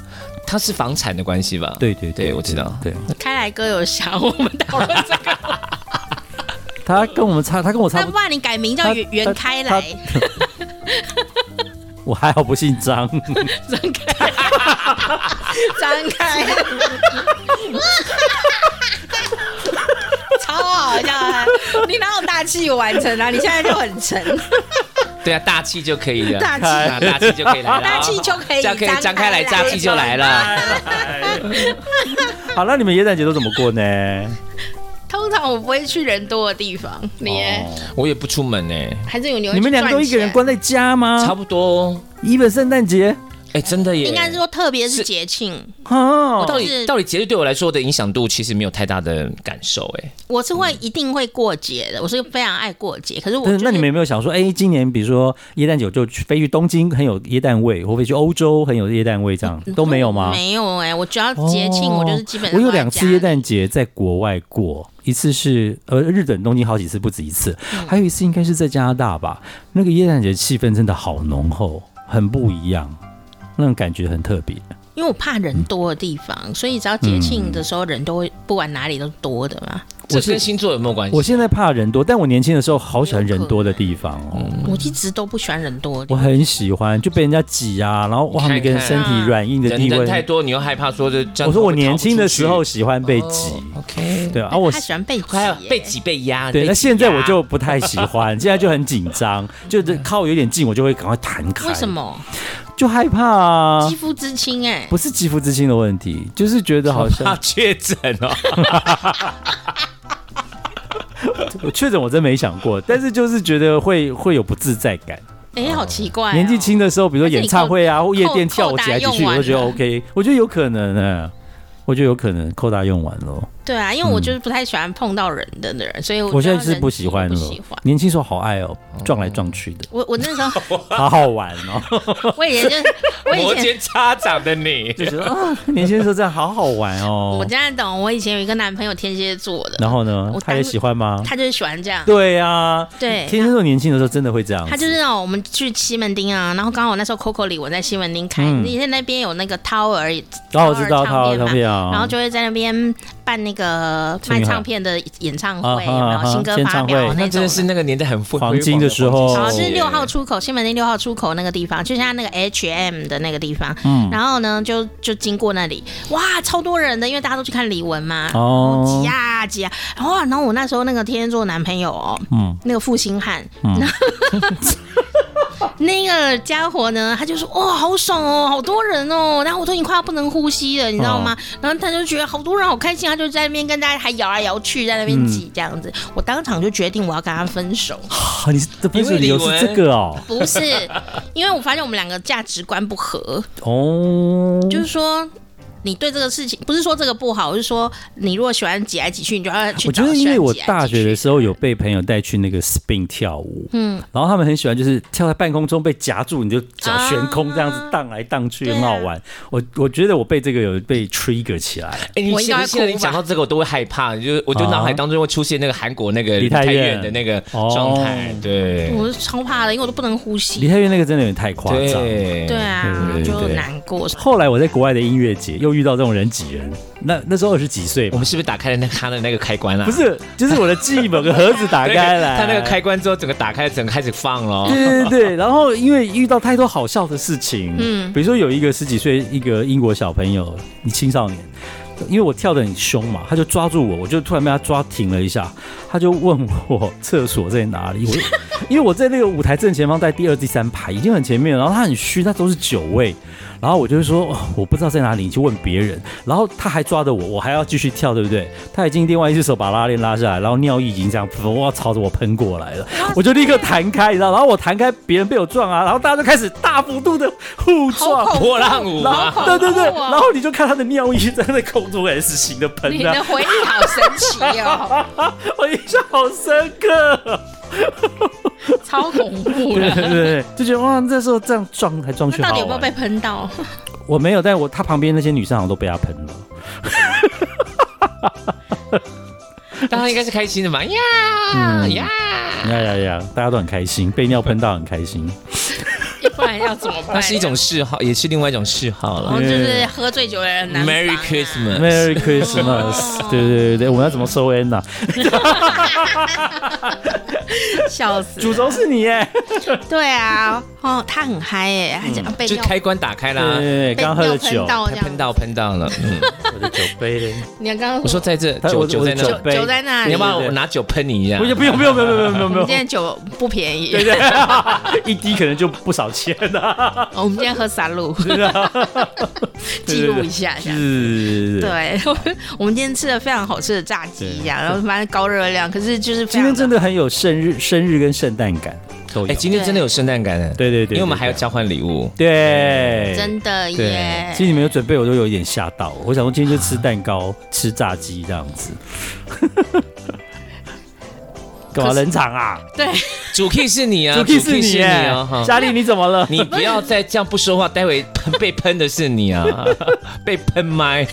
Speaker 3: 他是房产的关系吧？
Speaker 2: 对对
Speaker 3: 对我知道
Speaker 2: 对
Speaker 1: 开来哥有想我们讨论这个，
Speaker 2: 他跟我们差，他跟我差
Speaker 1: 那
Speaker 2: 不
Speaker 1: 不然你改名叫
Speaker 2: 他
Speaker 1: 袁袁开
Speaker 2: 他
Speaker 1: 来，
Speaker 2: 多，我还好不姓 张，
Speaker 1: 张开， 张开， 超好笑的！你哪有大器晚成啊？你现在就很沉，
Speaker 3: 对啊，大气就可以了，
Speaker 1: 大气
Speaker 3: 啊大气就可以来了，
Speaker 1: 大气就可以
Speaker 3: 这样可以张开
Speaker 1: 开
Speaker 3: 来，大气就来了。
Speaker 2: 好，那你们元旦节都怎么过呢？
Speaker 1: 通常我不会去人多的地方，你耶、
Speaker 2: 哦
Speaker 3: 我也不出门哎、
Speaker 1: 还是有牛。
Speaker 2: 你们两个都一个人，关在家
Speaker 3: 差
Speaker 2: 吗？
Speaker 3: 不多哦。
Speaker 2: 一本圣诞节
Speaker 3: 哎、真的耶。
Speaker 1: 啊应该是说，特别是
Speaker 3: 是
Speaker 1: 节庆，哦
Speaker 2: 啊，
Speaker 3: 到
Speaker 1: 是
Speaker 3: 底到底节日对我来说的影响度其实没有太大的感受哎、
Speaker 1: 我是会一定会过节的，我是非常爱过节。可是我、嗯
Speaker 2: 但
Speaker 1: 就是
Speaker 2: 那你们有没有想说，哎，今年比如说耶诞酒就去飞去东京很有耶诞味，或飞去欧洲很有耶诞味，这样都没有
Speaker 1: 嗯
Speaker 2: 吗？哦
Speaker 1: 没有哎、我只要节庆，我就是基本上
Speaker 2: 我有
Speaker 1: 都在
Speaker 2: 两
Speaker 1: 家
Speaker 2: 次耶诞节在国外过，一次是呃日本东京好几次，不止一次，
Speaker 1: 嗯
Speaker 2: 还有一次应该是在加拿大吧。那个耶诞节气氛真的好浓厚，很不一样，那种感觉很特别。
Speaker 1: 因为我怕人多的地方，所以只要节庆的时候，人都会不管哪里都多的嘛。
Speaker 3: 这跟星座有没有关系？
Speaker 2: 我现在怕人多，但我年轻的时候好喜欢人多的地方哦，
Speaker 1: 我一直都不喜欢人多的地
Speaker 2: 我
Speaker 1: 方，
Speaker 2: 很喜欢，就被人家挤啊，然后哇，
Speaker 3: 你看
Speaker 2: 每个人身体
Speaker 1: 看
Speaker 2: 软硬的
Speaker 3: 人
Speaker 2: 地
Speaker 3: 人太
Speaker 2: 位。
Speaker 3: 多，你又害怕说这这样
Speaker 2: 我
Speaker 3: 子
Speaker 2: 说
Speaker 3: 会
Speaker 2: 我
Speaker 3: 逃不出去。
Speaker 2: 年轻的时候喜欢被挤，
Speaker 3: 哦，OK，
Speaker 2: 对啊，啊我
Speaker 1: 哎他喜欢啊被挤
Speaker 3: 还有
Speaker 1: 耶
Speaker 3: 被挤被压。
Speaker 2: 对，
Speaker 3: 被
Speaker 2: 那
Speaker 3: 挤
Speaker 2: 现在
Speaker 3: 压
Speaker 2: 我就不太喜欢，现在就很紧张，就是靠有点近，我就会赶快弹
Speaker 1: 嗯
Speaker 2: 开。
Speaker 1: 哎为什？么
Speaker 2: 就害怕啊
Speaker 1: 肌，肤之亲哎、
Speaker 2: 不是肌肤之亲的问题，就是觉得 好
Speaker 3: 怕
Speaker 2: 像
Speaker 3: 确诊哦。
Speaker 2: 我确诊我真没想过，但是就是觉得会会有不自在感。
Speaker 1: 哎、好奇怪哦、
Speaker 2: 年纪轻的时候，比如说演唱会啊或夜店跳
Speaker 1: 扣打
Speaker 2: 起来几
Speaker 1: 用
Speaker 2: 句，我
Speaker 1: 完
Speaker 2: 都觉得
Speaker 1: 了
Speaker 2: OK，我觉得有可能呢、我觉得有可能扣大用完了，
Speaker 1: 对啊，因为我就是不太喜欢碰到人的人，所以我
Speaker 2: 嗯我现在
Speaker 1: 知道
Speaker 2: 是不
Speaker 1: 人挤
Speaker 2: 喜欢
Speaker 1: 不
Speaker 2: 了
Speaker 1: 喜欢。
Speaker 2: 年轻时候好爱哦，撞来撞去的，
Speaker 1: 我我那时候
Speaker 2: 好好玩哦，
Speaker 1: 我以前就我以
Speaker 3: 摩
Speaker 1: 前
Speaker 3: 肩擦掌 的你，
Speaker 2: 就觉得啊，年轻时候这样好好玩
Speaker 1: 我
Speaker 2: 哦。
Speaker 1: 现在懂，我以前有一个男朋友天蝎座的，
Speaker 2: 然后呢
Speaker 1: 我，
Speaker 2: 他也
Speaker 1: 当
Speaker 2: 喜欢吗？
Speaker 1: 他就是喜欢这样。
Speaker 2: 对呀，
Speaker 1: 对
Speaker 2: 天蝎座年轻的时候真的会这样子，哦
Speaker 1: 他就是让我们去西门町啊，然后刚好那时候 Coco 里我在西门町开，
Speaker 2: 嗯
Speaker 1: 因为那边有那个涛儿，
Speaker 2: 哦，我知
Speaker 1: 掏
Speaker 2: 道他
Speaker 1: 耳唱片嘛
Speaker 2: 唱片啊，
Speaker 1: 然后就会在那边办那个
Speaker 2: 清
Speaker 1: 卖
Speaker 2: 明
Speaker 1: 唱
Speaker 2: 好
Speaker 1: 片的演唱
Speaker 2: 啊
Speaker 1: 会，
Speaker 2: 哈
Speaker 1: 然后
Speaker 2: 啊
Speaker 1: 新歌
Speaker 2: 签
Speaker 1: 发
Speaker 2: 唱
Speaker 1: 表
Speaker 2: 会
Speaker 1: 那
Speaker 3: 那真
Speaker 1: 种
Speaker 3: 的。是那个年代很辉
Speaker 2: 黄金的时候
Speaker 1: 然后就是
Speaker 2: 哦
Speaker 1: 六号出口，西门町六号出口那个地方，就像那个 H M 的那个地方。
Speaker 2: 嗯
Speaker 1: 然后呢，就就经过那里，哇，超多人的，因为大家都去看李玟嘛，
Speaker 2: 哦
Speaker 1: 然后挤啊挤啊，哇！然后我那时候那个天蝎座男朋友哦，
Speaker 2: 嗯
Speaker 1: 那个负心汉，
Speaker 2: 嗯，
Speaker 1: 那个家伙呢，他就说：“哇、好爽哦，好多人哦！”然后我都已经快要不能呼吸了，你知道吗？
Speaker 2: 哦
Speaker 1: 然后他就觉得好多人好开心，他就在那边跟大家还摇来摇去，在那
Speaker 2: 嗯
Speaker 1: 边挤这样子。我当场就决定我要跟他分手，
Speaker 2: 好，你的分手理由是这个哦，
Speaker 1: 不是因为我发现我们两个价值观不合，
Speaker 2: 哦，
Speaker 1: 就是说。你对这个事情不是说这个不好，我是说你如果喜欢挤来挤去，你就要去
Speaker 2: 我
Speaker 1: 找啊
Speaker 2: 觉得因为我
Speaker 1: 喜欢挤来挤去
Speaker 2: 大学的时候有被朋友带去那个 spin 跳舞，嗯，然后他们很喜欢就是跳在半空中被夹住，你就脚悬空这样子荡来荡去，
Speaker 1: 对啊
Speaker 2: 很好玩。我我觉得我被这个有被 trigger 起来，
Speaker 3: 哎，你
Speaker 1: 我应
Speaker 3: 现
Speaker 1: 该
Speaker 3: 在现在
Speaker 1: 哭
Speaker 3: 你讲
Speaker 1: 吧
Speaker 3: 到这个，我都会害怕，就是我就脑海当中会出现那个韩国那个
Speaker 2: 梨泰院
Speaker 3: 院的那个状态
Speaker 2: 啊哦，
Speaker 3: 对
Speaker 1: 我是超怕的，因为我都不能呼
Speaker 2: 李
Speaker 1: 吸。
Speaker 2: 泰院那个真的有点太夸张。
Speaker 3: 对
Speaker 1: 对啊，
Speaker 3: 对对
Speaker 1: 就
Speaker 3: 对
Speaker 1: 难 过。
Speaker 2: 后来我在国外的音乐节又遇到这种人挤人，那那时候二十几岁
Speaker 3: 我
Speaker 2: 嘛，
Speaker 3: 们是不是打开了那他的那个开关啊？
Speaker 2: 不是，就是我的记忆某个盒子打
Speaker 3: 那个，
Speaker 2: 开嗯来，
Speaker 3: 他那个开关之后，整个打开，整个开始放咯。
Speaker 2: 对对对，然后因为遇到太多好笑的事情，嗯，比如说有一个十几岁一个英国小朋友，你青少年，因为我跳得很凶嘛，他就抓住我，我就突然被他抓停了一下，他就问我厕所在哪里，我就因为我在那个舞台正前方在第二、第三排，已经很前面了，然后他很虚，他都是酒位。然后我就说、哦，我不知道在哪里，你去问别人。然后他还抓着我，我还要继续跳，对不对？他已经另外一只手把拉链拉下来，然后尿液已经这样，哇，朝着我喷过来了，我就立刻弹开，你知道？然后我弹开，别人被我撞啊，然后大家就开始大幅度的互
Speaker 1: 好
Speaker 2: 撞
Speaker 1: 恐。怖
Speaker 3: 波浪舞
Speaker 2: 然
Speaker 3: 啊
Speaker 1: 好
Speaker 2: 后，
Speaker 1: 恐怖
Speaker 2: 对对对，
Speaker 1: 哦
Speaker 2: 然后你就看他的尿液在那空中 S 型的喷
Speaker 1: 你
Speaker 2: 这样
Speaker 1: 的回忆好神奇哦。
Speaker 2: 我印象好深刻。
Speaker 1: 超恐怖
Speaker 2: 对
Speaker 1: 的。
Speaker 2: 对对，就觉得哇，那时候这样撞来撞去，
Speaker 1: 那到底有
Speaker 2: 好
Speaker 1: 没有
Speaker 2: 玩
Speaker 1: 被喷到？
Speaker 2: 我没有，但我他旁边那些女生好像都被他喷了。
Speaker 3: 大家应该是开心的嘛，
Speaker 2: 嗯
Speaker 3: 呀呀，
Speaker 2: 呀呀呀！大家都很开心，被尿喷到很开心。
Speaker 1: 要不然要怎么办？
Speaker 3: 那是一种嗜好，也是另外一种嗜好
Speaker 1: 哦，
Speaker 3: 了。
Speaker 1: 就是
Speaker 2: 嗯
Speaker 1: 喝醉酒的人难、啊。
Speaker 3: Merry Christmas
Speaker 2: Merry Christmas！对对对对，我们要怎么收 N 呐、
Speaker 1: 笑死
Speaker 2: 主
Speaker 1: 了。
Speaker 2: 轴是你耶！
Speaker 1: 对啊，哦，他很嗨耶，他
Speaker 2: 嗯
Speaker 1: 讲被
Speaker 3: 就
Speaker 1: 尿
Speaker 3: 开关打开
Speaker 2: 对
Speaker 3: 啦，
Speaker 2: 对对，
Speaker 1: 被
Speaker 2: 刚喝了
Speaker 1: 尿喷，
Speaker 2: 酒
Speaker 1: 到哦这样
Speaker 3: 喷。到喷到了。嗯，
Speaker 2: 我的酒杯嘞。
Speaker 1: 你刚刚
Speaker 3: 我说在这
Speaker 2: 他
Speaker 3: 酒
Speaker 2: 我
Speaker 3: 酒
Speaker 2: 我
Speaker 3: 在
Speaker 2: 的
Speaker 3: 那，
Speaker 2: 酒杯
Speaker 1: 酒在那里
Speaker 3: 你要不要
Speaker 2: 哎对对
Speaker 3: 我拿酒喷你一下
Speaker 2: 不？用不用不用不用不用不用不
Speaker 1: 我
Speaker 2: 用
Speaker 1: 们今，天酒不便宜
Speaker 2: 对，对， 一滴可能就不少钱啊了。
Speaker 1: 我们今天喝三路， 记录一下这样。
Speaker 2: 是。
Speaker 1: 对， 我们今天吃了非常好吃的炸鸡，这样，然后反正高热量，可是就是非
Speaker 2: 今
Speaker 1: 常
Speaker 2: 天真的很有生日生日跟圣诞感都有。
Speaker 3: 哎，今天真的有圣诞感哎，
Speaker 2: 对对对对
Speaker 3: 因为我们还要交换礼物。
Speaker 2: 哎对，
Speaker 1: 真的耶
Speaker 3: 对。
Speaker 2: 其实你们有准备，我都有一点吓到。我想说今天就吃蛋 糕、吃炸鸡这样子， 干嘛冷场啊？
Speaker 1: 对，
Speaker 3: 主 key 是你啊，
Speaker 2: 主 key 是你
Speaker 3: 你
Speaker 2: 耶
Speaker 3: 啊，哈，
Speaker 2: 佳丽你怎么了？
Speaker 3: 你不要再这样不说话，待会喷被喷的是你啊， 被喷麦。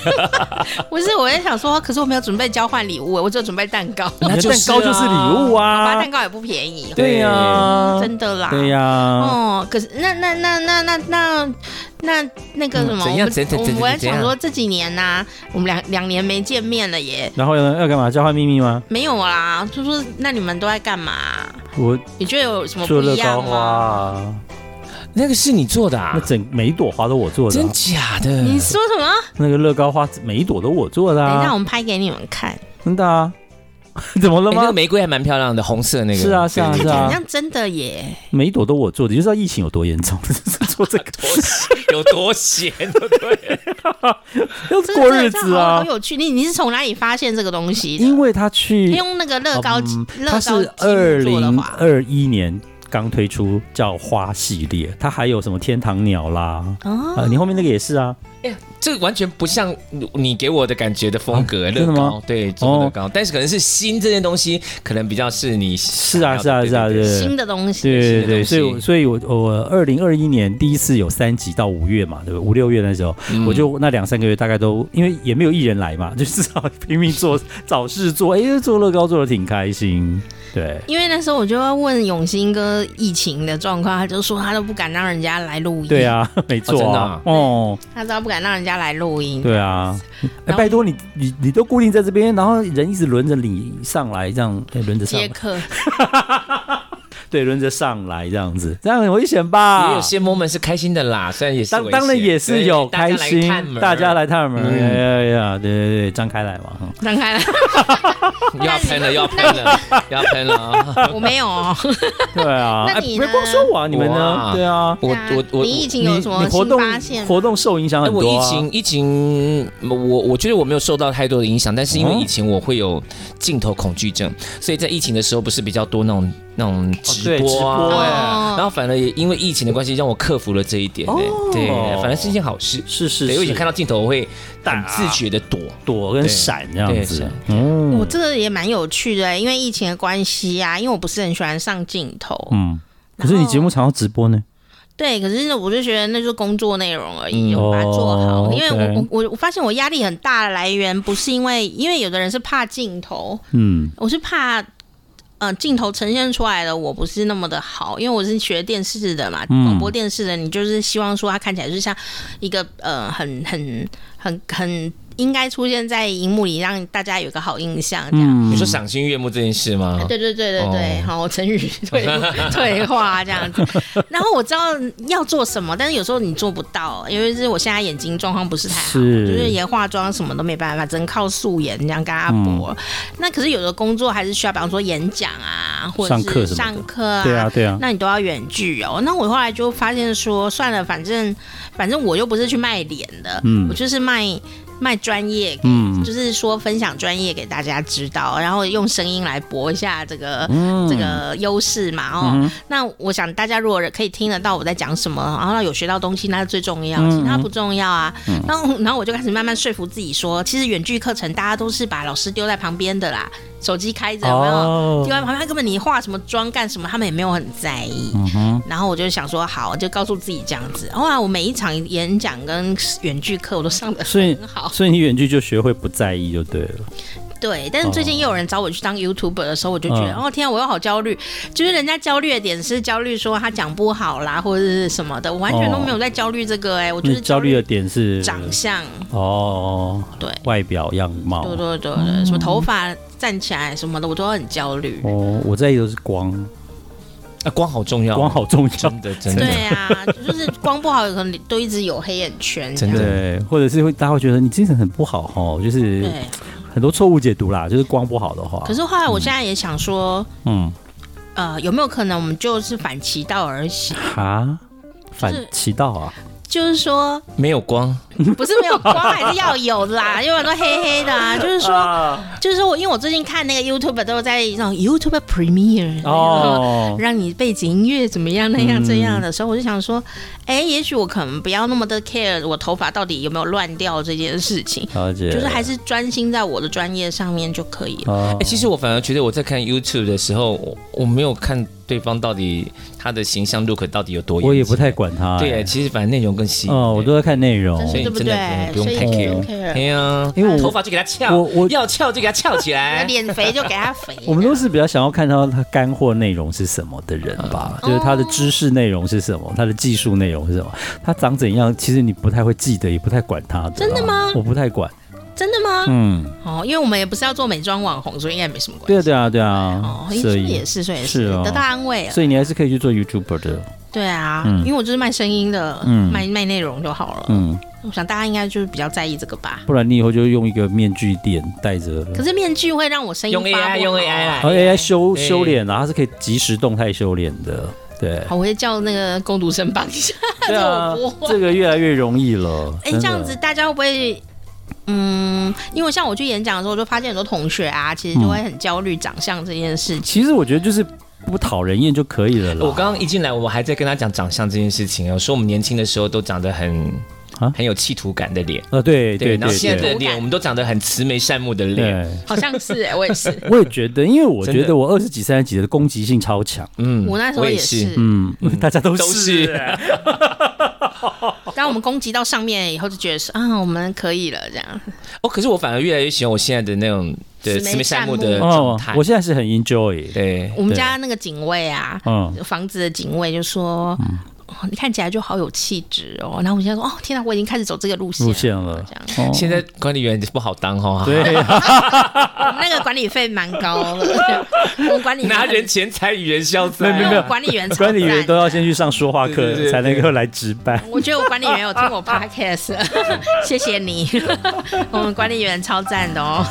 Speaker 1: 不是我在想说，可是我没有准备交换礼物，我只有准备蛋 糕，
Speaker 2: 你的
Speaker 3: 就
Speaker 2: 蛋
Speaker 3: 是
Speaker 2: 糕就是礼物
Speaker 1: 好吧，
Speaker 2: 啊
Speaker 1: 蛋！糕也不便宜，
Speaker 2: 对呀，
Speaker 1: 真的啦，
Speaker 2: 对呀，
Speaker 1: 哦，可是那那那那那那那那个什么，
Speaker 3: 嗯怎
Speaker 1: 我
Speaker 3: 样
Speaker 1: 们
Speaker 3: 怎怎
Speaker 1: 我
Speaker 3: 怎
Speaker 1: 我在
Speaker 3: 怎样
Speaker 1: 想说这几年呐、我们两两年没见面了耶，
Speaker 2: 然后呢，要干嘛？交换秘密吗？
Speaker 1: 没有啦，就说那你们都在干嘛？
Speaker 2: 我
Speaker 1: 你觉得有什么
Speaker 2: 做
Speaker 1: 不
Speaker 2: 乐
Speaker 1: 一样
Speaker 2: 高花
Speaker 1: 吗？
Speaker 2: 啊，
Speaker 3: 那个是你做的啊
Speaker 2: 那？整每一朵花都我做的
Speaker 3: 真
Speaker 2: 啊，
Speaker 3: 假的？哎
Speaker 1: 你说什么？
Speaker 2: 那个乐高花每一朵都我做的
Speaker 1: 等一下，
Speaker 2: 啊
Speaker 1: 我，们拍给你们看，
Speaker 2: 真的啊？怎么了
Speaker 3: 哎那个
Speaker 2: 吗？
Speaker 3: 玫瑰还蛮漂亮的，红色那个。
Speaker 2: 是啊是啊
Speaker 1: 看
Speaker 3: 对
Speaker 1: 起
Speaker 2: 是
Speaker 1: 来
Speaker 2: 啊
Speaker 1: 很像真的耶。
Speaker 2: 每一朵都我做的，你就知道疫情有多严重，做这个
Speaker 3: 有多闲，对不对？
Speaker 2: 要
Speaker 1: 这
Speaker 2: 过日子
Speaker 1: 好
Speaker 2: 啊
Speaker 1: 好。有趣。你你是从哪里发现这个东西的？
Speaker 2: 因为他去
Speaker 1: 用那个乐高
Speaker 2: 嗯，
Speaker 1: 乐
Speaker 2: 它
Speaker 1: 高
Speaker 2: 是
Speaker 1: 积
Speaker 2: 二
Speaker 1: 木做的
Speaker 2: 零
Speaker 1: 话，
Speaker 2: 二一年刚推出叫花系列，它还有什么天堂鸟啦，啊、
Speaker 1: 哦，
Speaker 2: 你后面那个也是啊，
Speaker 3: 这完全不像你给我的感觉的风格，
Speaker 2: 啊
Speaker 3: 乐
Speaker 2: 真的
Speaker 3: 高
Speaker 2: 吗哦
Speaker 3: 对，做乐高，但是可能是心这件东西，可能比较是你
Speaker 2: 是啊，是
Speaker 3: 想要
Speaker 2: 啊，
Speaker 3: 的
Speaker 2: 是啊，
Speaker 3: 对
Speaker 2: 对
Speaker 3: 对对
Speaker 1: 新的东西。
Speaker 2: 对对对
Speaker 3: 新的东
Speaker 2: 对，
Speaker 3: 西
Speaker 2: 所以我所以我我二零二一年第一次有三集到五月嘛，对不对？五六月那时候，
Speaker 3: 嗯
Speaker 2: 我就那两三个月大概都因为也没有艺人来嘛，就至 少拼命做找事做，哎、做乐高做的挺开心，对。
Speaker 1: 因为那时候我就要问永兴哥疫情的状况，他就说他都不敢让人家来录音，
Speaker 2: 对，啊， 没错啊，哦，
Speaker 1: 他都不敢让人家来录音，
Speaker 2: 对啊，哎
Speaker 1: 然后
Speaker 2: 拜托你，你你都固定在这边，然后人一直轮着你上来，这样哎轮着上
Speaker 1: 接，客。
Speaker 2: 对，轮着上来这样子，这样很危险吧？
Speaker 3: 也有些 moment 是开心的啦，虽然也是
Speaker 2: 啊当
Speaker 3: 危险
Speaker 2: 当然也是有开心，大家，来探门
Speaker 3: 嗯
Speaker 2: 儿，呀呀呀，对对对，张开来嘛， 哈
Speaker 1: 张开来，
Speaker 3: 对大家来看 门 要喷了，要喷了，要喷啊了。
Speaker 1: 我没有哦。
Speaker 2: 对啊，
Speaker 1: 那
Speaker 2: 哎
Speaker 1: 你
Speaker 2: 不
Speaker 1: 呢
Speaker 2: 要光说我啊，你们呢
Speaker 3: 哇？
Speaker 2: 对啊，
Speaker 3: 我我我，
Speaker 1: 你疫情
Speaker 2: 你
Speaker 1: 有什么
Speaker 2: 你活
Speaker 1: 新
Speaker 2: 动
Speaker 1: 发现？
Speaker 2: 活动受影响
Speaker 3: 哎，
Speaker 2: 很
Speaker 3: 我
Speaker 2: 多
Speaker 3: 疫
Speaker 2: 啊，
Speaker 3: 情疫情，我我觉得我没有受到太多的影响，但是因为
Speaker 2: 哦
Speaker 3: 疫情我会有镜头恐惧症，所以在疫情的时候不是比较多那种那种直
Speaker 2: 对
Speaker 3: 播啊，
Speaker 2: 直播哎
Speaker 1: 哦
Speaker 3: 然后反而也因为疫情的关系，让我克服了这一点、欸
Speaker 2: 哦
Speaker 3: 对，反而是一件好事。
Speaker 2: 是是
Speaker 3: 对，我以前
Speaker 2: 是
Speaker 3: 看，到镜头，我会
Speaker 2: 打
Speaker 3: 很自觉的躲。
Speaker 2: 躲跟
Speaker 3: 对
Speaker 2: 闪这样
Speaker 3: 对
Speaker 2: 子
Speaker 3: 闪，
Speaker 2: 嗯
Speaker 1: 我这个也蛮有趣的，因为疫情的关系啊，因为我不是很喜欢上镜头。
Speaker 2: 嗯，可是你节目常要直播呢，
Speaker 1: 对，可是呢，我就觉得那就是工作内容而已，
Speaker 3: 嗯
Speaker 1: 我把它做好。
Speaker 2: 哦
Speaker 1: 因为我
Speaker 2: OK
Speaker 1: 我我我发现我压力很大的来源不是因为，因为有的人是怕镜头，
Speaker 2: 嗯，
Speaker 1: 我是怕。呃，镜头呈现出来的我不是那么的好，因为我是学电视的嘛，
Speaker 2: 嗯
Speaker 1: 广播电视的，你就是希望说它看起来就是像一个呃，很很很很应该出现在荧幕里，让大家有个好印象这样。
Speaker 2: 嗯
Speaker 3: 你说赏心悦目这件事吗？
Speaker 2: 啊
Speaker 1: 啊对对对对对，
Speaker 3: 哦
Speaker 1: 好， 成语退退化这样子。然后我知道要做什么，但是有时候你做不到，因为是我现在眼睛状况不是太好，
Speaker 2: 是
Speaker 1: 就是连化妆什么都没办法，只能靠素颜这样跟阿伯。
Speaker 2: 嗯
Speaker 1: 那可是有的工作还是需要，比方说演讲啊，或者
Speaker 2: 上课
Speaker 1: 是
Speaker 2: 什么的
Speaker 1: 上课啊，
Speaker 2: 对啊对啊，
Speaker 1: 那你都要远距哦。那我后来就发现说，算了，反正反正我又不是去卖脸的，
Speaker 2: 嗯
Speaker 1: 我就是卖卖专业，
Speaker 2: 嗯
Speaker 1: 就是说分享专业给大家知道，然后用声音来博一下这个、
Speaker 2: 嗯
Speaker 1: 这个优势嘛哦。那我想大家如果可以听得到我在讲什么，然后有学到东西，那是最重
Speaker 2: 嗯
Speaker 1: 要，其他不重要啊。然后然后我就开始慢慢说服自己说，其实远距课程大家都是把老师丢在旁边的啦。手机开着，有没有？
Speaker 2: 哦
Speaker 1: 就，在旁边根本你化什么妆干什么，他们也没有很在意。
Speaker 2: 嗯哼，
Speaker 1: 然后我就想说，好，就告诉自己这样子。哇，我每一场演讲跟远距课我都上的
Speaker 2: 所以
Speaker 1: 很好。
Speaker 2: 所以你远距就学会不在意就对了，
Speaker 1: 对，但是最近又有人找我去当 YouTuber 的时候，我就觉得，
Speaker 2: 哦嗯
Speaker 1: 哦天、啊，我又好焦虑。就是人家焦虑的点是焦虑说他讲不好啦，或者是什么的，我完全都没有在焦虑这个、哎，我就
Speaker 2: 那
Speaker 1: 是
Speaker 2: 哦焦虑的点是
Speaker 1: 长相，
Speaker 2: 哦，
Speaker 1: 对
Speaker 2: 外表样貌。
Speaker 1: 对对对对，什么头发站起来什么的，我都很焦虑。
Speaker 2: 哦，我在意的是光，
Speaker 3: 啊，光好重要，
Speaker 2: 光好重要。
Speaker 3: 真的真的。
Speaker 1: 对啊，就是光不好，可能都一直有黑眼圈这
Speaker 3: 真
Speaker 1: 样。
Speaker 3: 的
Speaker 2: 对，或者是会大家会觉得你精神很不好哦，嗯就是
Speaker 1: 对，
Speaker 2: 很多错误解读啦，就是光不好的话
Speaker 1: 可，是后来我现在也想说，
Speaker 2: 嗯，
Speaker 1: 呃，有没有可能我们就是反其道而行？
Speaker 2: 哈，反其道啊，
Speaker 1: 就是说，
Speaker 3: 没有光，
Speaker 2: 哦
Speaker 1: 不是没有光还是要有的啦，因为我都黑黑的啊。就是说，就是说我因为我最近看那个 YouTube 都在那种 YouTube Premiere 哦。
Speaker 2: 哦，
Speaker 1: 让你背景音乐怎么样那样
Speaker 2: 嗯
Speaker 1: 这样的时候，我就想说，哎、也许我可能不要那么的 care 我头发到底有没有乱掉这件事情，
Speaker 2: 了解，
Speaker 1: 就是还是专心在我的专业上面就可以了。
Speaker 2: 哦
Speaker 3: 哎、其实我反而觉得我在看 YouTube 的时候，我我没有看对方到底他的形象 look 到底有多严谨，
Speaker 2: 我也不太管他，
Speaker 3: 对、
Speaker 2: 哎
Speaker 3: 其实反正内容更吸引。
Speaker 2: 哦，我都在看内容，
Speaker 1: 但
Speaker 3: 所
Speaker 1: 是对
Speaker 3: 以你
Speaker 1: 不
Speaker 3: 真的
Speaker 1: 对？
Speaker 3: 不用
Speaker 1: 所
Speaker 3: 不
Speaker 1: 以你
Speaker 3: 用太
Speaker 1: 不
Speaker 3: care，
Speaker 1: care
Speaker 3: 哎。呀，
Speaker 2: 因为我
Speaker 3: 头发就给他翘，
Speaker 2: 我我。
Speaker 3: 要翘就给他翘起来。
Speaker 1: 脸肥就给他肥啊
Speaker 2: 我们都是比较想要看到他干货内容是什么的人吧，
Speaker 1: 哦
Speaker 2: 就是他的知识内容是什么，他的技术内容是什么，他长怎样，其实你不太会记得，也不太管他的啦。
Speaker 1: 真的吗
Speaker 2: 我不太管。
Speaker 1: 真的吗？
Speaker 2: 嗯，
Speaker 1: 哦，因为我们也不是要做美妆网红，所以应该没什么关系。
Speaker 2: 对啊，对啊，对啊
Speaker 1: 哦，，
Speaker 2: 所
Speaker 1: 所以也
Speaker 2: 以
Speaker 1: 是，所以也
Speaker 2: 是
Speaker 1: 是
Speaker 2: 哦
Speaker 1: 得到安慰啊了。
Speaker 2: 所以你还是可以去做 YouTuber 的。
Speaker 1: 对啊，
Speaker 2: 嗯
Speaker 1: 因为我就是卖声音的，
Speaker 2: 嗯
Speaker 1: 卖卖内容就好了。
Speaker 2: 嗯，
Speaker 1: 我想大家应该就是比较在意这个吧。
Speaker 2: 不然你以后就用一个面具脸戴着。
Speaker 1: 可是面具会让我声音
Speaker 3: 用
Speaker 1: 发不好
Speaker 3: AI，用 AI
Speaker 2: 然后
Speaker 3: 来。
Speaker 2: AI 修
Speaker 3: 对
Speaker 2: 修脸啊，它是可以即时动态修脸的。对，
Speaker 1: 好，我会叫那个工读生帮一下。
Speaker 2: 对 啊
Speaker 1: 这我不，会
Speaker 2: 这个越来越容易了。
Speaker 1: 哎、
Speaker 2: 真
Speaker 1: 这
Speaker 2: 的
Speaker 1: 样子大家会不会？嗯，因为像我去演讲的时候，我就发现很多同学啊，其实就会很焦虑长相这件事情。
Speaker 2: 其实我觉得就是不讨人厌就可以了啦。
Speaker 3: 我刚刚一进来，我还在跟他讲长相这件事情啊，我说我们年轻的时候都长得很
Speaker 2: 啊
Speaker 3: 很有企图感的脸，
Speaker 2: 呃，对对
Speaker 3: 然后
Speaker 2: 对
Speaker 3: 现在
Speaker 2: 对
Speaker 3: 的脸我们都长得很慈眉善目的脸，
Speaker 2: 对，
Speaker 1: 好像是、哎，我也是，
Speaker 2: 我也觉得，因为我
Speaker 3: 真的
Speaker 2: 觉得我二十几、三十几的攻击性超强。
Speaker 3: 嗯
Speaker 1: 我那时候
Speaker 3: 也
Speaker 1: 也是。
Speaker 2: 嗯， 大家都
Speaker 3: 都
Speaker 2: 是嗯
Speaker 3: 是
Speaker 1: 当我们攻击到上面以后，就觉得是啊，我们可以了这样。
Speaker 3: 哦，可是我反而越来越喜欢我现在的那种的
Speaker 1: 慈眉
Speaker 3: 慈眉善目的
Speaker 1: 善目
Speaker 3: 状
Speaker 2: 哦
Speaker 3: 态，。
Speaker 2: 我现在是很 enjoy。
Speaker 3: 对，
Speaker 1: 我们家那个警卫啊，
Speaker 2: 嗯，
Speaker 1: 房子的警卫就说。哦你看起来就好有气质哦，然后我现在说哦，天哪，我已经开始走这个路线
Speaker 2: 路线了
Speaker 1: 这样，
Speaker 2: 哦
Speaker 3: 现在管理员不好当哈、哦，
Speaker 2: 对啊，
Speaker 1: 我们那个管理费蛮高 的，我们管理员
Speaker 3: 拿人钱财与人消灾、
Speaker 2: 没有没有没有
Speaker 1: 管理员超赞
Speaker 2: 管理员都要先去上说话
Speaker 3: 对对
Speaker 2: 课，
Speaker 3: 对
Speaker 2: 才能够来值班。
Speaker 1: 我觉得我管理员有听我 podcast，谢 谢你，我们管理员超赞的哦。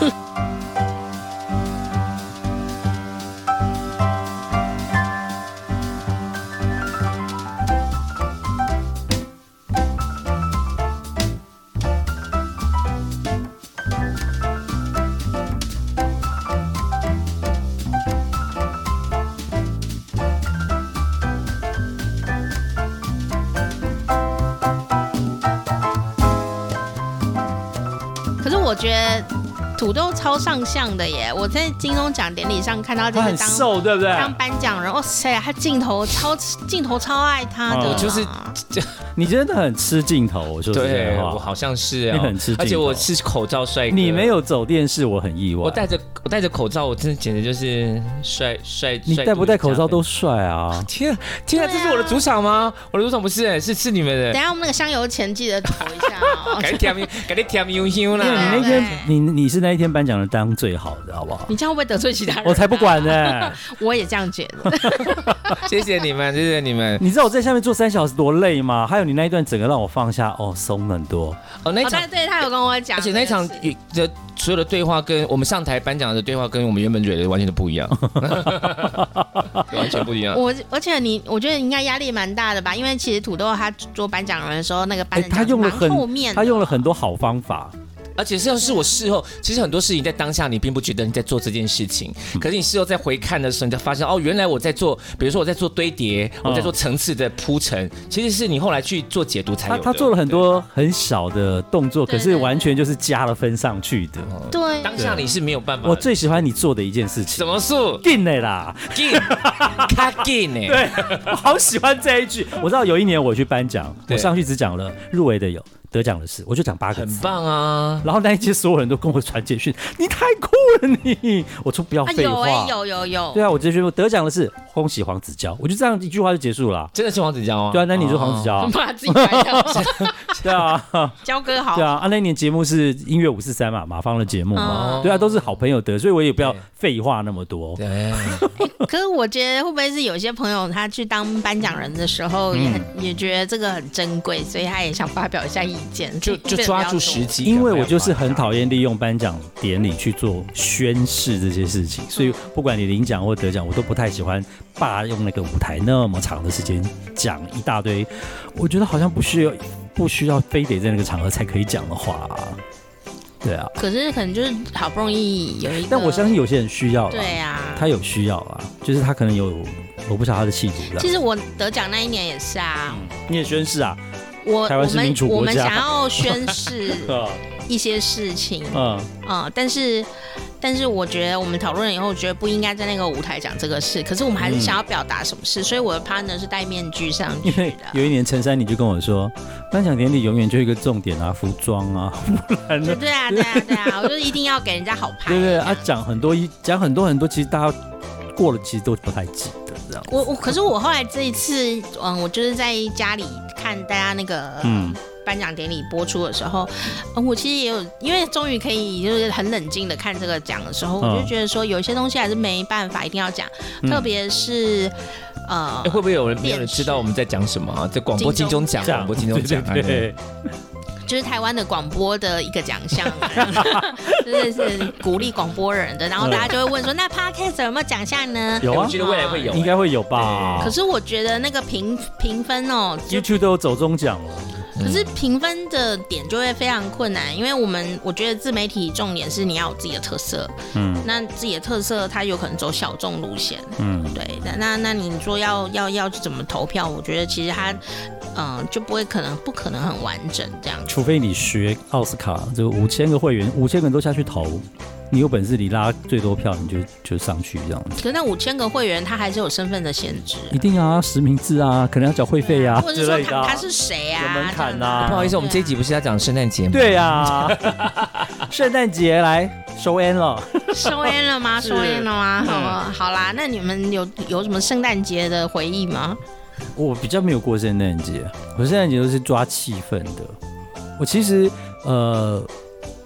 Speaker 1: 可是我觉得土豆超上相的耶，我在金钟奖典礼上看到这
Speaker 2: 他
Speaker 1: 个
Speaker 2: 很
Speaker 1: 当
Speaker 2: 瘦，啊对不对？
Speaker 1: 当颁奖人，哇塞，他镜头超镜头超爱他的，
Speaker 2: 哦
Speaker 3: 就是
Speaker 2: 你真的很吃镜头，我说实
Speaker 3: 对
Speaker 2: 在
Speaker 3: 我
Speaker 2: 话。
Speaker 3: 好像是、哦，
Speaker 2: 你很吃
Speaker 3: 而且
Speaker 2: 镜头
Speaker 3: 我是口罩帅哥，
Speaker 2: 你没。有啊走电视，我很意外。
Speaker 3: 我戴着我戴着口罩，我真的简直就是帅帅。
Speaker 2: 你
Speaker 3: 帅
Speaker 2: 戴不戴口罩
Speaker 3: 度
Speaker 2: 都帅啊！
Speaker 3: 加分天啊天啊，
Speaker 1: 对啊啊
Speaker 3: 这是我的主场吗？我的主场不是、是是你们
Speaker 1: 等一
Speaker 3: 的。
Speaker 1: 下我们那个香油钱记得投一下 哦。
Speaker 3: 赶紧跳，赶紧跳悠悠
Speaker 2: 因为
Speaker 3: 啦！
Speaker 2: 你那
Speaker 1: 对
Speaker 2: 天，你你是那一天颁奖的当最好的，好不好？
Speaker 1: 你这样会不会得罪其他人、啊
Speaker 2: 我才不！管呢！
Speaker 1: 我也这样觉 得。
Speaker 3: 谢谢你们，谢谢你们。
Speaker 2: 你知道我在下面坐三小时多累吗？还有你那一段整个让我放下，哦，松很多。
Speaker 3: 哦，那一
Speaker 1: 哦，
Speaker 3: 场
Speaker 1: 但对他有跟我讲，
Speaker 3: 而且那一场
Speaker 1: 真的是
Speaker 3: 也的所有的对话跟我们上台颁奖的对话，跟我们原本蕊的完全都 不一样，完全不一样。
Speaker 1: 我而且你，我觉得你应该压力蛮大的吧？因为其实土豆他做颁奖人的时候，那个颁
Speaker 2: 哎
Speaker 1: 奖
Speaker 2: 他用了
Speaker 1: 蛮
Speaker 2: 很
Speaker 1: 后面的，
Speaker 2: 他用了很多好方法，
Speaker 3: 而且像是我事后，其实很多事情在当下你并不觉得你在做这件事情，
Speaker 2: 嗯
Speaker 3: 可是你事后再回看的时候，你才发现哦，原来我在做，比如说我在做堆叠，
Speaker 2: 嗯
Speaker 3: 我在做层次的铺陈，其实是你后来去做解读才有
Speaker 2: 他
Speaker 3: 的。
Speaker 2: 他做了很多很小的动作，
Speaker 1: 对
Speaker 2: 可
Speaker 1: 对
Speaker 2: 是
Speaker 1: 对
Speaker 2: 完全就是加了分上去的。
Speaker 3: 哦
Speaker 1: 对，啊
Speaker 3: 当下你是没有办法。
Speaker 2: 我最喜欢你做的一件事情
Speaker 3: 什，么 术？
Speaker 2: 进的啦！
Speaker 3: 劲，卡欸劲呢？
Speaker 2: 对，我好喜欢这一句。我知道有一年我去颁奖，
Speaker 3: 对
Speaker 2: 我上去只讲了入围的有，得奖的是，我就讲八个
Speaker 3: 很
Speaker 2: 字。
Speaker 3: 棒啊！
Speaker 2: 然后那一届所有人都跟我传简讯，你太酷了你！我说不要
Speaker 1: 啊
Speaker 2: 废
Speaker 1: 有
Speaker 2: 话。
Speaker 1: 哎、有有有，
Speaker 2: 对啊，我直接宣布得奖的是恭喜黄子佼，我就这样一句话就结束了啊、
Speaker 3: 真的是黄子佼啊？
Speaker 2: 对啊，那你是黄子佼、啊？
Speaker 1: 把自己白掉，
Speaker 2: 对啊，
Speaker 1: 焦哥好
Speaker 2: 对，啊，啊那一年节目是音乐五四三嘛，马芳的节目嘛，
Speaker 1: 嗯
Speaker 2: 对啊，都是好朋友得，所以我也不要
Speaker 3: 对
Speaker 2: 废话那么多。
Speaker 3: 对，
Speaker 1: 可是我觉得会不会是有些朋友他去当颁奖人的时候也很，
Speaker 2: 嗯
Speaker 1: 也觉得这个很珍贵，所以他也想发表一下意见，
Speaker 3: 就就抓住时
Speaker 1: 间。
Speaker 3: 机，
Speaker 2: 因为我就是很讨厌利用颁奖典礼去做宣誓这些事情，
Speaker 1: 嗯
Speaker 2: 所以不管你领奖或得奖，我都不太喜欢霸用那个舞台那么长的时间讲一大堆，我觉得好像不需要不需要非得在那个场合才可以讲的话、啊对啊，
Speaker 1: 可是可能就是好不容易有一个，
Speaker 2: 但我相信有些人需要啦，
Speaker 1: 对啊，
Speaker 2: 他有需要啊，就是他可能有我不晓得他的气质
Speaker 1: 其
Speaker 2: 的，
Speaker 1: 实我得奖那一年也是啊，
Speaker 2: 你也宣誓啊，
Speaker 1: 我
Speaker 2: 台湾
Speaker 1: 我
Speaker 2: 是民
Speaker 1: 们
Speaker 2: 主国
Speaker 1: 我们
Speaker 2: 家
Speaker 1: 想要宣誓
Speaker 2: 呃
Speaker 1: 一些事 情
Speaker 2: 嗯，
Speaker 1: 啊、但是但是我觉得我们讨论了以后，我觉得不应该在那个舞台讲这个事，可是我们还是想要表达什么事，所以我的 partner 是戴面具上去
Speaker 2: 嗯因为
Speaker 1: 的。
Speaker 2: 有一年陈珊你就跟我说，颁奖典礼永远就一个重点啊，服装啊，不然呢？
Speaker 1: 对啊，对啊，对啊，我就一定要给人家好牌。
Speaker 2: 对不对啊？讲很多一讲很多很多，其实大家过了其实都不太记得这样。
Speaker 1: 我我可是我后来这一次，嗯，我就是在家里看大家那个
Speaker 2: 嗯
Speaker 1: 颁奖典礼播出的时候，嗯、我其实也有，因为终于可以就是很冷静的看这个奖的时候，我
Speaker 2: 嗯
Speaker 1: 就觉得说有一些东西还是没办法一定要讲，
Speaker 2: 嗯
Speaker 1: 特别是呃
Speaker 3: 哎，会不会有人没有人
Speaker 1: 电视
Speaker 3: 知道我们在讲什么啊？在广播金钟奖，广播金钟奖，哎
Speaker 2: 对对对，
Speaker 1: 就是台湾的广播的一个奖项，啊 就是是鼓励广播人的，然后大家就会问说，那 podcast 有没有奖项呢？
Speaker 2: 有
Speaker 3: 我
Speaker 2: 啊
Speaker 3: 觉，得未来会有，哎
Speaker 2: 应该会有吧
Speaker 1: 哎可。是我觉得那个评评分哦，就
Speaker 2: YouTube 都有走中奖了，
Speaker 3: 嗯
Speaker 1: 可是评分的点就会非常困难，因为我们我觉得自媒体重点是你要有自己的特色，
Speaker 2: 嗯
Speaker 1: 那自己的特色它有可能走小众路线，
Speaker 2: 嗯，
Speaker 1: 对，那那那你说要要要怎么投票？我觉得其实它，嗯、就不会可能不可能很完整这样子。
Speaker 2: 除非你学奥斯卡，就五千个会员，五千个人都下去投，你有本事你拉最多票，你就就上去这样子。
Speaker 1: 可是那五千个会员，他还是有身份的限制，
Speaker 2: 一定啊，实名制啊，可能要缴会费啊
Speaker 1: 或者
Speaker 2: 之
Speaker 1: 是说
Speaker 2: 类的
Speaker 1: 他
Speaker 2: 啊
Speaker 1: 他。是谁啊？
Speaker 2: 有门槛啊
Speaker 1: 这样子
Speaker 3: 不好意思，我们这一集不是要讲圣诞节吗？
Speaker 2: 对啊， 圣诞节来收 N 了。
Speaker 1: 收烟了 吗？
Speaker 2: 是
Speaker 1: 收烟了
Speaker 3: 嗯
Speaker 1: 吗？好，好啦，那你们有有什么圣诞节的回忆吗？
Speaker 2: 我比较没有过圣诞节，我圣诞节都是抓气氛的。我其实呃，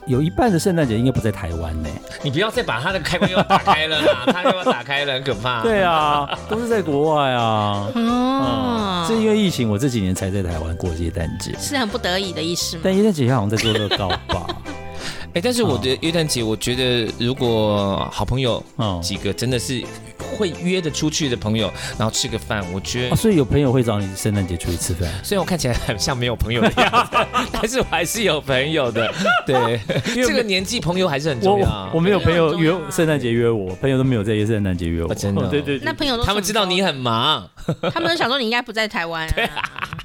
Speaker 2: 有一半的圣诞节应该不在台湾呢、
Speaker 3: 你不要再把他的开关又打开了啦，他又要打开了，很可怕。
Speaker 2: 对啊，都是在国外 啊。
Speaker 1: 哦
Speaker 2: 嗯，，是因为疫情，我这几年才在台湾过圣诞节。
Speaker 1: 是很不得已的意思吗？
Speaker 2: 但圣诞节好像在做乐高吧？
Speaker 3: 哎、但是我的元旦节，我觉得如果好朋友
Speaker 2: 嗯，
Speaker 3: 几个真的是会约得出去的朋友，然后吃个饭，我觉
Speaker 2: 啊
Speaker 3: 得
Speaker 2: 所以有朋友会找你圣诞节出去吃饭。
Speaker 3: 虽然我看起来很像没有朋友的样子，但是我还是有朋友的。对，这个年纪朋友还是很
Speaker 2: 我
Speaker 3: 重要
Speaker 2: 我
Speaker 3: 啊。
Speaker 2: 我没有朋友
Speaker 1: 朋友
Speaker 2: 约
Speaker 1: 很重要啊
Speaker 2: 圣诞节约我，朋友都没有在约圣诞节约我。
Speaker 3: 啊真的哦
Speaker 2: 对对
Speaker 1: 那
Speaker 2: 对，
Speaker 1: 朋友都
Speaker 3: 他们知道你很忙，
Speaker 1: 什么时候，他们都想说你应该不在台湾、啊，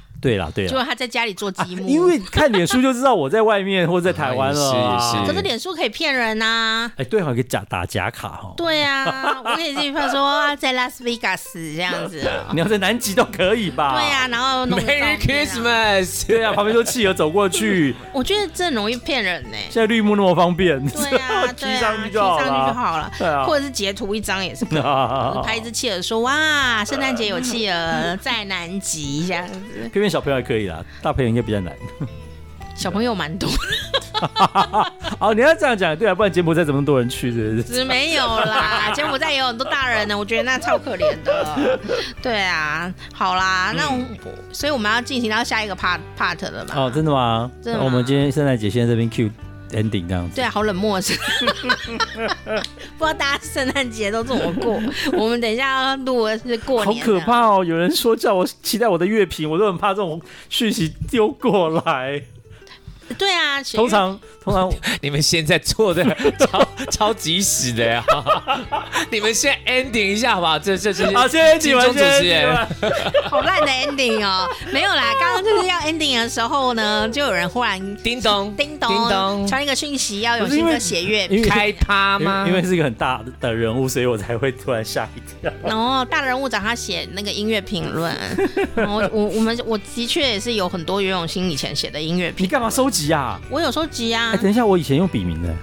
Speaker 2: 对啦 对
Speaker 1: 结果
Speaker 2: 啦，
Speaker 1: 他在家里做积木。
Speaker 2: 啊因为看脸书就知道我在外面或在台湾了啊。
Speaker 3: 啊也 是也是
Speaker 1: 可是脸书可以骗人呐、啊。
Speaker 2: 哎，对哈，给假打假卡哈。
Speaker 1: 对啊，我可以自己说啊在拉斯维加斯这样子啊。
Speaker 2: 你要在南极都可以吧？
Speaker 1: 对啊，然后弄个照
Speaker 3: Merry
Speaker 1: 片啊
Speaker 3: Christmas！
Speaker 2: 对啊，旁边都企鹅走过去，
Speaker 1: 我觉得这很容易骗人呢、
Speaker 2: 现在绿幕那么方便，
Speaker 1: 对啊，对
Speaker 2: 贴
Speaker 1: 啊，
Speaker 2: 上去
Speaker 1: 贴
Speaker 2: 就好
Speaker 1: 上去
Speaker 2: 了
Speaker 1: 就好了。
Speaker 2: 对啊
Speaker 1: 或者是截图一张也是可以。
Speaker 2: 啊。
Speaker 1: 拍一只企鹅说：“哇，圣诞节有企鹅在南极这样子。
Speaker 2: 偏偏小朋友还可以啦，大朋友应该比较难。”
Speaker 1: 小朋友蛮多，
Speaker 2: 哦，你要这样讲，对啊，不然柬埔寨怎么那么多人去？是不是？
Speaker 1: 只没有啦。 柬埔寨也有很多大人呢，我觉得那超可怜的。对啊，好啦，那我
Speaker 2: 嗯
Speaker 1: 所以我们要进行到下一个 part part 了嘛？
Speaker 2: 哦，真的吗？
Speaker 1: 真的吗
Speaker 2: 那我们今天圣诞节先在这边 Q ending 这样子。
Speaker 1: 对啊，好冷 漠是，不知道大家圣诞节都怎么 过。我们等一下要录的是过
Speaker 2: 好
Speaker 1: 年，
Speaker 2: 可。怕哦！有人说叫我期待我的乐评，我都很怕这种讯息丢过来。
Speaker 1: 对啊，写
Speaker 2: 通常通常
Speaker 3: 你们现在做的超超级屎的呀！ 你们先 ending 一下好不好？这这这些
Speaker 1: 啊
Speaker 2: 好，啊谢谢你
Speaker 3: 金
Speaker 2: 们，
Speaker 3: 钟主
Speaker 2: 谢谢
Speaker 3: 持
Speaker 2: 你们
Speaker 3: 人。。
Speaker 1: 好烂的 ending 哦，没有 啦，刚刚就是要 ending 的时候呢，就有人忽然
Speaker 3: 叮咚，
Speaker 1: 叮
Speaker 3: 叮
Speaker 1: 咚
Speaker 3: 咚，
Speaker 1: 传一个讯息，要有
Speaker 2: 不是
Speaker 1: 新
Speaker 2: 因为
Speaker 1: 的血月
Speaker 2: 因为
Speaker 3: 开趴
Speaker 2: 因
Speaker 3: 吗？
Speaker 2: 为因为是一个很大的人物，所以我才会突然吓一跳。
Speaker 1: 然后大人物找他写那个音乐评 论，然后我我我们我的确也是有很多游泳星以前写的音乐
Speaker 2: 你
Speaker 1: 评，
Speaker 2: 干嘛收集啊？
Speaker 1: 我有收集啊
Speaker 2: 哎，，等一下，我以前用笔名的，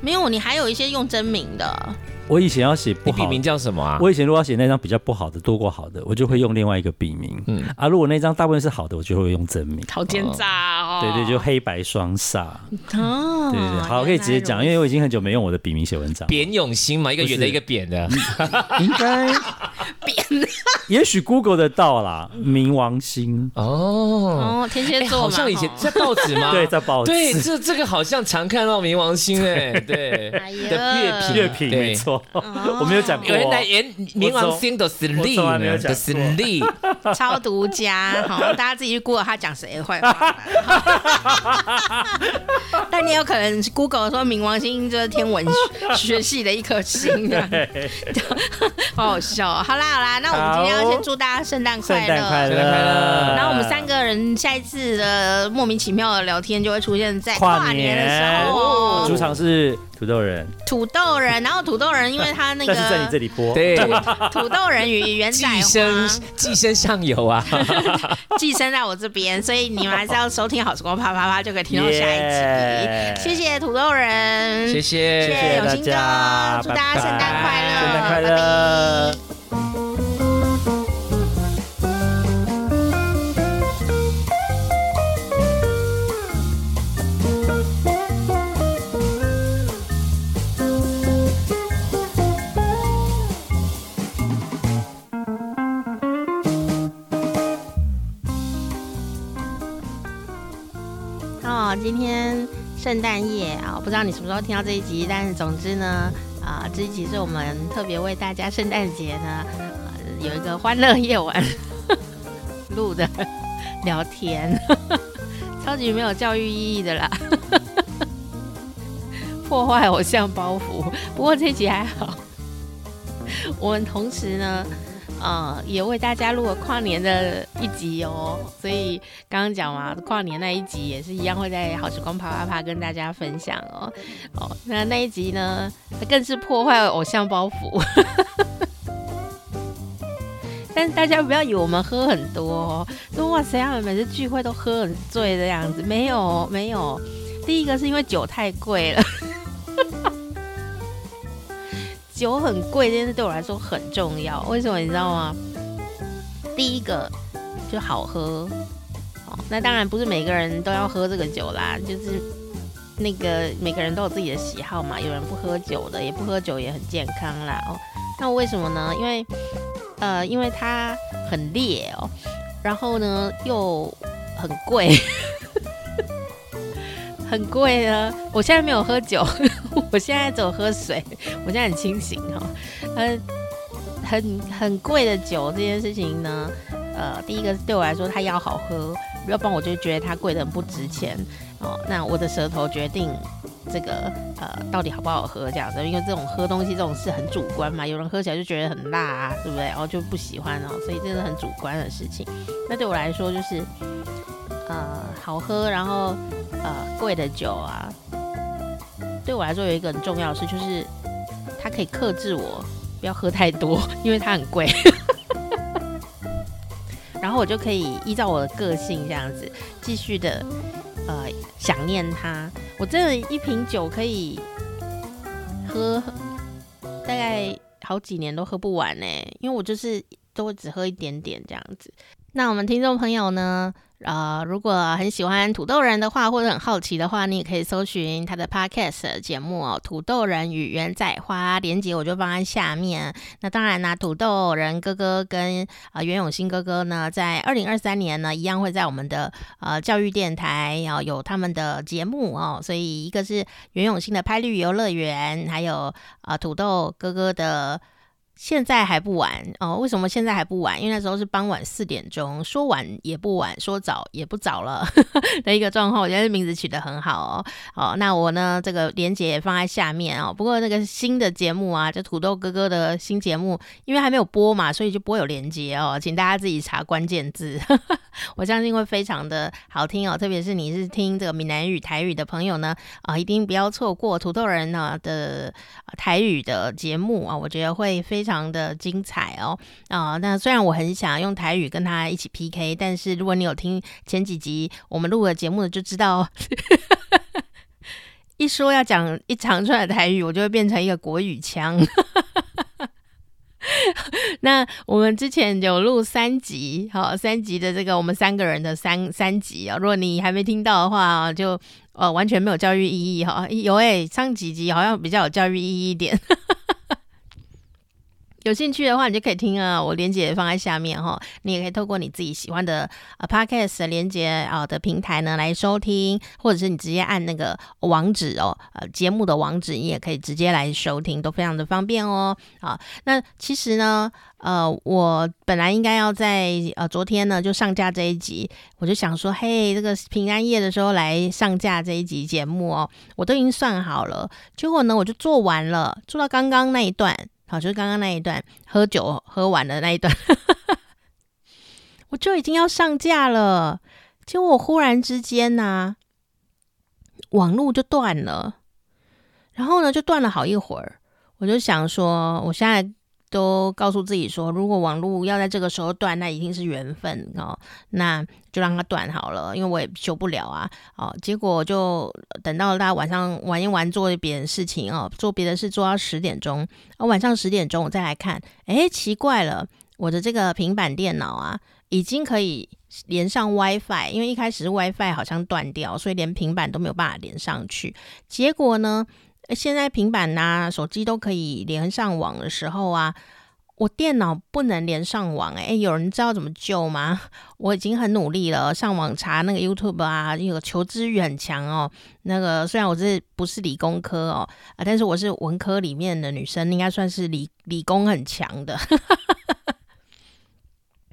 Speaker 1: 没有你还有一些用真名的，
Speaker 2: 我以前要写不
Speaker 3: 你笔
Speaker 2: 好，
Speaker 3: 名叫什么啊？
Speaker 2: 我以前如果要写那张比较不好的多过好的，我就会用另外一个笔名。嗯
Speaker 3: 嗯
Speaker 2: 啊，如果那张大部分是好的，我就会用真名。
Speaker 1: 好奸诈哦，
Speaker 2: 对对，就黑白双煞。
Speaker 1: 哦，
Speaker 2: 对对对，好，可以直接讲，因
Speaker 1: 为
Speaker 2: 为我已经很久没用我的笔名写文章。
Speaker 3: 扁永星嘛，一个圆
Speaker 2: 不是
Speaker 3: 的，
Speaker 2: 嗯
Speaker 3: 一个扁的。
Speaker 2: 应该也许 Google 得到啦，
Speaker 3: 嗯
Speaker 2: 冥王星。
Speaker 3: 哦，
Speaker 1: 哦天蝎
Speaker 3: 哎
Speaker 1: 座嘛哦
Speaker 3: 好像以前
Speaker 1: 吼
Speaker 3: 在报纸吗？
Speaker 2: 对，在报纸。
Speaker 3: 对，这这个好像常看到冥王星 哎，对
Speaker 1: 哎呀
Speaker 3: 的乐评
Speaker 2: 月评
Speaker 3: 对哦
Speaker 2: 没错，我没有讲过。
Speaker 3: 原来连冥王星啊都是力
Speaker 2: 我从来没有
Speaker 3: 呢，
Speaker 2: 讲
Speaker 3: 都是力。
Speaker 1: 超独家， 好，大家自己去 Google 他讲谁的坏话吧。但你有可能 Google 说冥王星就是天文学学系的一颗星 啊， 好好笑哦、好啦好啦，那我们今天要先祝大家圣诞
Speaker 2: 圣
Speaker 1: 快
Speaker 2: 诞快
Speaker 1: 乐。
Speaker 2: 乐！
Speaker 3: 圣诞快
Speaker 2: 呃
Speaker 3: 乐
Speaker 1: 然后我们三个人下一次的莫名其妙的聊天就会出现在
Speaker 2: 跨
Speaker 1: 跨年的时
Speaker 2: 年主
Speaker 1: 候，
Speaker 2: 场是土豆人，
Speaker 1: 土豆人， 然后土豆人因为他那
Speaker 2: 但是在你这
Speaker 1: 个
Speaker 2: 里播。
Speaker 3: 对，
Speaker 1: 土豆人与元仔
Speaker 3: 寄
Speaker 1: 花
Speaker 3: 生寄生上游啊，
Speaker 1: 寄生在我这边，所以你们还是要收听《好时光啪啪啪》，就可以听到下一集。
Speaker 2: 耶
Speaker 1: 谢谢土豆人，
Speaker 3: 谢谢
Speaker 1: 谢
Speaker 2: 谢
Speaker 1: 有
Speaker 2: 大
Speaker 1: 心
Speaker 2: 家
Speaker 1: 中，祝大家
Speaker 2: 拜
Speaker 1: 圣诞快乐，
Speaker 2: 圣诞
Speaker 1: 拜
Speaker 2: 快乐
Speaker 1: 拜！哦，今天圣诞夜啊、不知道你什么时候听到这一集，但是总之呢，啊、这一集是我们特别为大家圣诞节呢、呃、有一个欢乐夜晚 录的聊天， 超级没有教育意义的啦， 破坏偶像包袱。不过这一集还好，我们同时呢。呃，也为大家录了跨年的一集哦，所以刚刚讲嘛，跨年那一集也是一样会在好时光啪啪啪跟大家分享哦。哦，那那一集呢，更是破坏偶像包袱。 但是大家不要以为我们喝很多、哦，说哇塞，他们每次聚会都喝很醉的样子，没有哦没有。第一个是因为酒太贵了， 酒很贵这件事对我来说很重要，为什么你知道吗？第一个就好喝，哦，那当然不是每个人都要喝这个酒啦，就是那个每个人都有自己的喜好嘛，有人不喝酒的，也不喝酒也很健康啦。哦，那为什么呢？因为呃，因为它很烈哦，然后呢又很贵， 很贵呢。我现在没有喝酒， 我现在只有喝水，我现在很清醒哦。呃，很很贵的酒这件事情呢，呃，第一个对我来说它要好喝，要不然我就觉得它贵的很不值钱哦。那我的舌头决定这个呃到底好不好喝这样子，因为这种喝东西这种事很主观嘛，有人喝起来就觉得很辣啊，对不对？然、后就不喜欢哦，所以这是很主观的事情。那对我来说就是呃好喝，然后呃贵的酒啊，对我来说有一个很重要的事就是它可以克制我不要喝太多，因为它很贵。然后我就可以依照我的个性这样子继续的呃想念它。我真的一瓶酒可以喝大概好几年都喝不完呢、因为我就是都会只喝一点点这样子。那我们听众朋友呢？呃，如果很喜欢土豆人的话，或者很好奇的话，你也可以搜寻他的 podcast 的节目哦，《土豆人与元仔花》，连接我就放在下面。那当然啦、土豆人哥哥跟呃袁永新哥哥呢，在二零二三年呢，一样会在我们的呃教育电台然后有他们的节目哦，所以一啊个是袁永新的拍绿游乐园，还有呃土豆哥哥的现在还不晚哦，为什么现在还不晚？因为那时候是傍晚四点钟，说晚也不晚，说早也不早了 的一个状况。我觉得名字取得很好哦。好，那我呢，这个连接也放在下面哦。不过那个新的节目啊，就土豆哥哥的新节目，因为还没有播嘛，所以就不会有连接哦，请大家自己查关键字。 我相信会非常的好听哦，特别是你是听这个闽南语、台语的朋友呢，啊，一定不要错过土豆人呢、的呃台语的节目啊，我觉得会非常的精彩哦。啊，那虽然我很想用台语跟他一起 PK，但是如果你有听前几集我们录的节目的，就知道。 一说要讲一长串的台语，我就会变成一个国语腔。 那我们之前有录三集，好、三集的这个我们三个人的三三集哦。如果你还没听到的话，就呃完全没有教育意义哈、有诶、上几集好像比较有教育意义一点。 有兴趣的话，你就可以听啊，我链接也放在下面哈、你也可以透过你自己喜欢的呃 podcast 的连接啊、呃的平台呢来收听，或者是你直接按那个网址哦，呃节目的网址，你也可以直接来收听，都非常的方便哦。啊，那其实呢，呃，我本来应该要在呃昨天呢就上架这一集，我就想说，嘿，这个平安夜的时候来上架这一集节目哦，我都已经算好了，结果呢我就做完了，做到刚刚那一段，好，就是刚刚那一段喝酒喝完的那一段。 我就已经要上架了，结果我忽然之间呢、网络就断了，然后呢就断了好一会儿，我就想说，我现在都告诉自己说，如果网络要在这个时候断，那一定是缘分哦，那就让它断好了，因为我也修不了啊。哦，结果我就等到大家晚上玩一玩，做别的事情哦，做别的事做到十点钟，啊，晚上十点钟我再来看，诶，奇怪了，我的这个平板电脑啊，已经可以连上 WiFi，因为一开始是 WiFi 好像断掉，所以连平板都没有办法连上去。结果呢，呃现在平板呐、手机都可以连上网的时候啊，我电脑不能连上网、哎，有人知道怎么救吗？ 我已经很努力了，上网查那个 YouTube 啊，有求知欲很强哦。那个虽然我这不是理工科哦，啊，但是我是文科里面的女生，应该算是理理工很强的。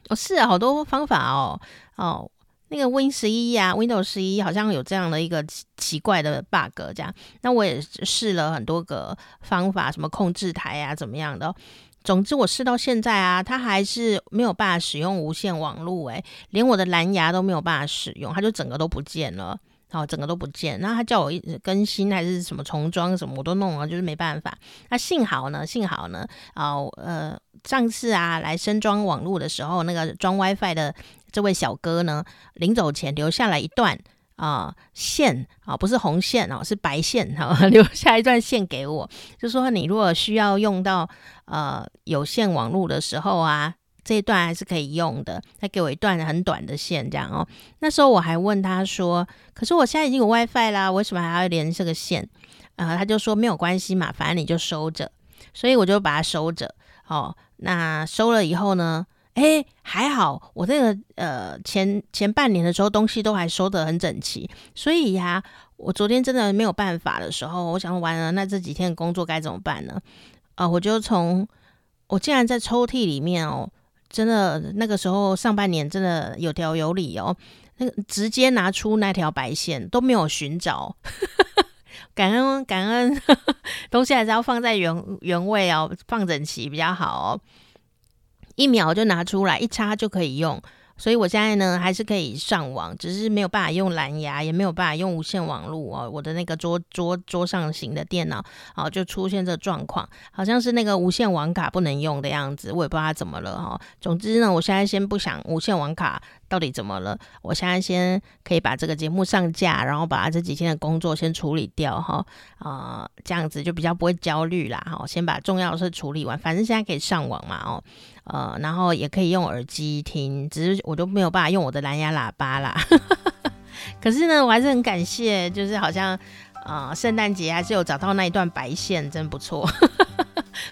Speaker 1: 哦，是啊，好多方法哦，哦，那个 Win 十一啊，Windows 十一好像有这样的一个奇奇怪的 bug，这样。那我也试了很多个方法，什么控制台啊，怎么样的哦、总之，我试到现在啊，它还是没有办法使用无线网络，诶，连我的蓝牙都没有办法使用，它就整个都不见了，好、整个都不见。然后它叫我一直更新还是什么重装什么，我都弄了，就是没办法。那幸好呢，幸好呢，啊、呃，上次啊来升装网络的时候，那个装 WiFi 的这位小哥呢，临走前留下来一段啊、线啊、不是红线哦，是 白线哈、留下一段线给我，就说你如果需要用到呃有线网络的时候啊。这一段还是可以用的，他给我一段很短的线，这样哦。那时候我还问他说：“可是我现在已经有 WiFi 啦，为什么还要连这个线？”啊、他就说没有关系嘛，反正你就收着。所以我就把它收着。哦，那收了以后呢，哎，还好，我这个呃前前半年的时候东西都还收得很整齐，所以呀、我昨天真的没有办法的时候，我想完了，那这几天的工作该怎么办呢？啊、我就从我竟然在抽屉里面哦，真的那个时候上半年真的有条有理哦，那个直接拿出那条白线都没有寻找。 感恩感恩， 东西还是要放在原原位哦，放整齐比较好哦。一秒就拿出来，一插就可以用。所以我现在呢，还是可以上网，只是没有办法用蓝牙，也没有办法用无线网络哦。我的那个桌桌桌上型的电脑，哦，就出现这状况，好像是那个无线网卡不能用的样子，我也不知道它怎么了哈、哦。总之呢，我现在先不想无线网卡到底怎么了，我现在先可以把这个节目上架，然后把这几天的工作先处理掉哈。啊、这样子就比较不会焦虑啦哈、先把重要的事处理完，反正现在可以上网嘛哦。呃，然后也可以用耳机听，只是我就没有办法用我的蓝牙喇叭啦。 可是呢，我还是很感谢，就是好像呃，圣诞节还是有找到那一段白线，真不错。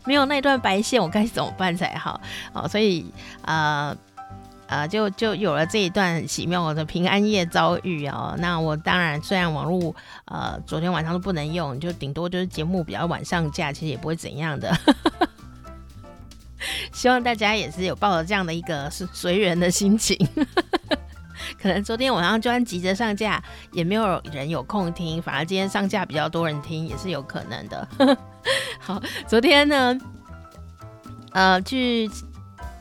Speaker 1: 没有那一段白线，我该怎么办才好？哦，所以呃。呃，就就有了这一段很奇妙的平安夜遭遇哦。那我当然虽然网络呃昨天晚上都不能用，就顶多就是节目比较晚上架，其实也不会怎样的。 希望大家也是有抱着这样的一个是随缘的心情。 可能昨天晚上就算急着上架，也没有人有空听，反而今天上架比较多人听，也是有可能的。好，昨天呢，呃，去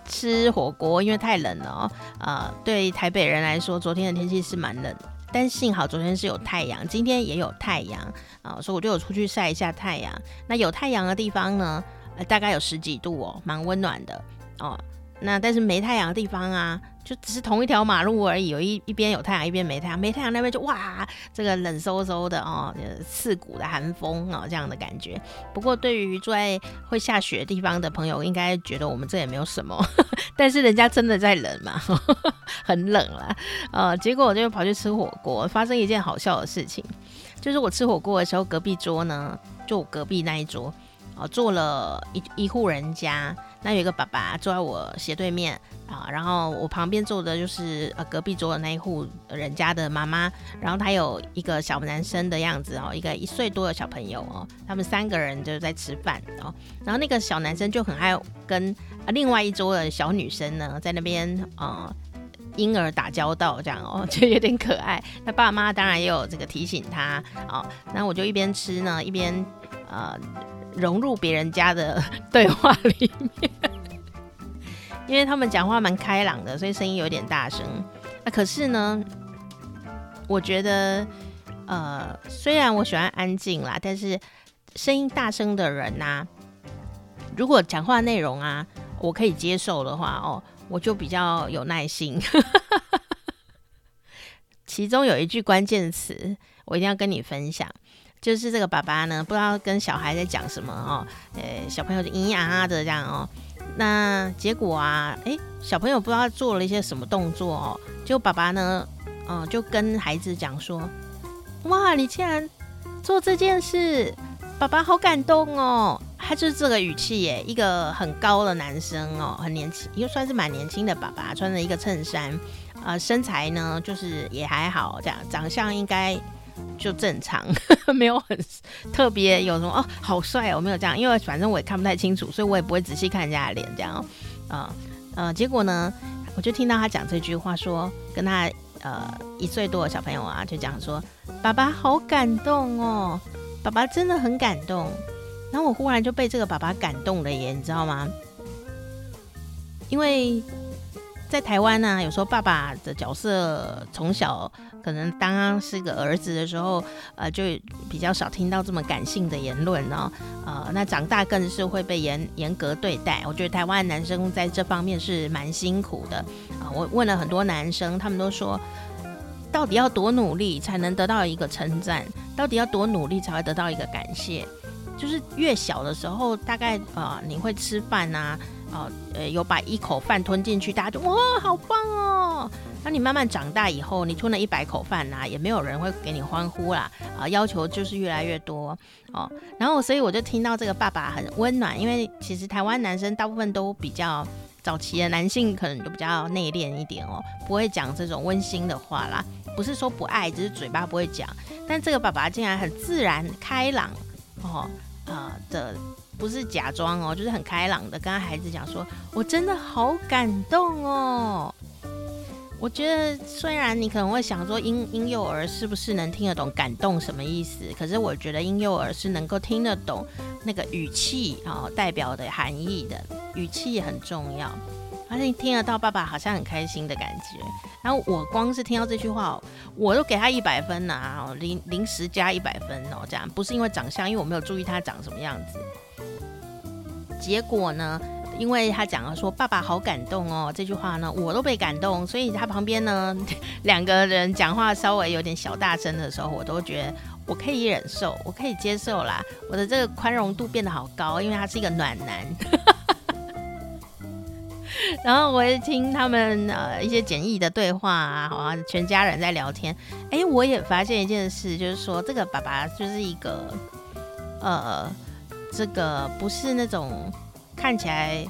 Speaker 1: 吃火锅，因为太冷了、哦。呃，对台北人来说，昨天的天气是蛮冷的，但幸好昨天是有太阳，今天也有太阳啊、所以我就有出去晒一下太阳。那有太阳的地方呢，呃、大概有十几度哦，蛮温暖的哦。那但是没太阳的地方啊，就只是同一条马路而已，有一一边有太阳，一边没太阳。没太阳那边就哇，这个冷飕飕的哦，呃刺骨的寒风哦，这样的感觉。不过对于住在会下雪的地方的朋友，应该觉得我们这也没有什么， 但是人家真的在冷嘛， 很冷啦。呃，结果我就跑去吃火锅，发生一件好笑的事情，就是我吃火锅的时候，隔壁桌呢，就我隔壁那一桌，哦、坐了一一户人家，那有一个爸爸坐在我斜对面啊、然后我旁边坐的就是呃隔壁桌的那一户人家的妈妈，然后他有一个小男生的样子哦，一个一岁多的小朋友哦，他们三个人就是在吃饭哦，然后那个小男生就很爱跟、呃另外一桌的小女生呢在那边呃。婴儿打交道这样哦， 就有点可爱。那爸妈当然也有这个提醒他哦。那我就一边吃呢，一边呃融入别人家的 对话里面，因为他们讲话蛮开朗的，所以声音有点大声。那可是呢，我觉得，呃，虽然我喜欢安静啦，但是声音大声的人呐、如果讲话内容啊我可以接受的话哦，我就比较有耐心。 其中有一句关键词，我一定要跟你分享。就是这个爸爸呢，不知道跟小孩在讲什么哦，呃，小朋友就咿呀啊的这样哦。那结果啊，诶，小朋友不知道做了一些什么动作哦，就爸爸呢，嗯、就跟孩子讲说：“哇，你竟然做这件事，爸爸好感动哦。”他就是这个语气耶，一个很高的男生哦，很年轻，又算是蛮年轻的爸爸，穿着一个衬衫，呃，身材呢就是也还好，这样长相应该就正常。 没有很特别有什么哦，好帅哦，没有这样，因为反正我也看不太清楚，所以我也不会仔细看人家的脸这样哦。呃呃，结果呢，我就听到他讲这句话说，跟他呃一岁多的小朋友啊，就讲说，爸爸好感动哦，爸爸真的很感动。然后我忽然就被这个爸爸感动了耶，你知道吗？因为在台湾呢、有时候爸爸的角色从小可能当他是个儿子的时候，呃，就比较少听到这么感性的言论哦。呃，那长大更是会被严严格对待。我觉得台湾男生在这方面是蛮辛苦的啊、我问了很多男生，他们都说，到底要多努力才能得到一个称赞？到底要多努力才会得到一个感谢？就是越小的时候，大概呃，你会吃饭啊，呃呃，有把一口饭吞进去，大家就哇，好棒哦。当你慢慢长大以后，你吞了一百口饭啊，也没有人会给你欢呼啦，啊、要求就是越来越多哦。然后，所以我就听到这个爸爸很温暖，因为其实台湾男生大部分都比较早期的男性，可能就比较内敛一点哦，不会讲这种温馨的话啦。不是说不爱，只是嘴巴不会讲。但这个爸爸竟然很自然、开朗哦，呃的，不是假装哦，就是很开朗的跟他孩子讲说，我真的好感动哦。我觉得虽然你可能会想说婴婴幼儿是不是能听得懂感动什么意思，可是我觉得婴幼儿是能够听得懂那个语气哦代表的含义的，语气也很重要。而且你听得到爸爸好像很开心的感觉，然后我光是听到这句话，哦我都给他一百分呐、哦零零时加一百分哦，这样不是因为长相，因为我没有注意他长什么样子。结果呢，因为他讲了说“爸爸好感动哦”这句话呢，我都被感动，所以他旁边呢 两个人讲话稍微有点小大声的时候，我都觉得我可以忍受，我可以接受啦，我的这个宽容度变得好高，因为他是一个暖男。然后我也听他们呃一些简易的对话啊，好像全家人在聊天。哎，我也发现一件事，就是说这个爸爸就是一个呃，这个不是那种看起来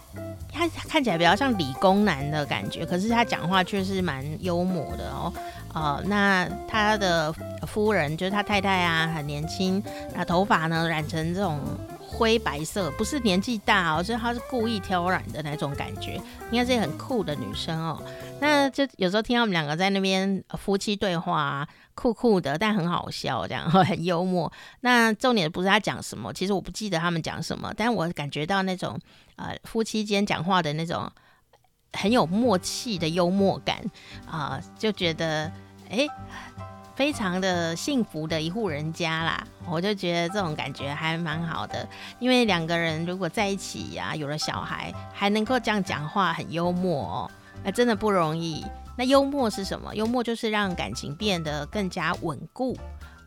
Speaker 1: 他他看起来比较像理工男的感觉，可是他讲话却是蛮幽默的哦。呃，那他的夫人就是他太太啊，很年轻，那头发呢染成这种灰白色，不是年纪大哦，就是她是故意挑染的那种感觉，应该是很酷的女生哦。那就有时候听他们两个在那边呃夫妻对话、啊，酷酷的，但很好笑，这样 很幽默。那重点不是他讲什么，其实我不记得他们讲什么，但我感觉到那种呃夫妻间讲话的那种很有默契的幽默感啊、就觉得哎。诶非常的幸福的一户人家啦，我就觉得这种感觉还蛮好的，因为两个人如果在一起呀、有了小孩，还能够这样讲话，很幽默哦，那真的不容易。那幽默是什么？幽默就是让感情变得更加稳固，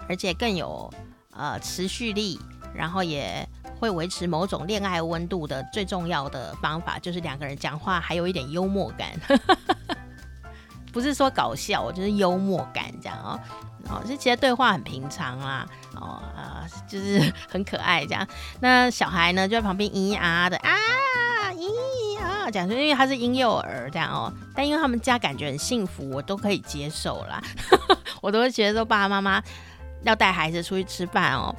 Speaker 1: 而且更有呃持续力，然后也会维持某种恋爱温度的最重要的方法，就是两个人讲话还有一点幽默感， 不是说搞笑，就是幽默感这样哦。哦，这其实对话很平常啦，哦啊、就是 很可爱这样。那小孩呢就在旁边咿呀的啊咿呀讲，因为他是婴幼儿这样哦，但因为他们家感觉很幸福，我都可以接受啦， 我都会觉得说爸爸妈妈要带孩子出去吃饭哦。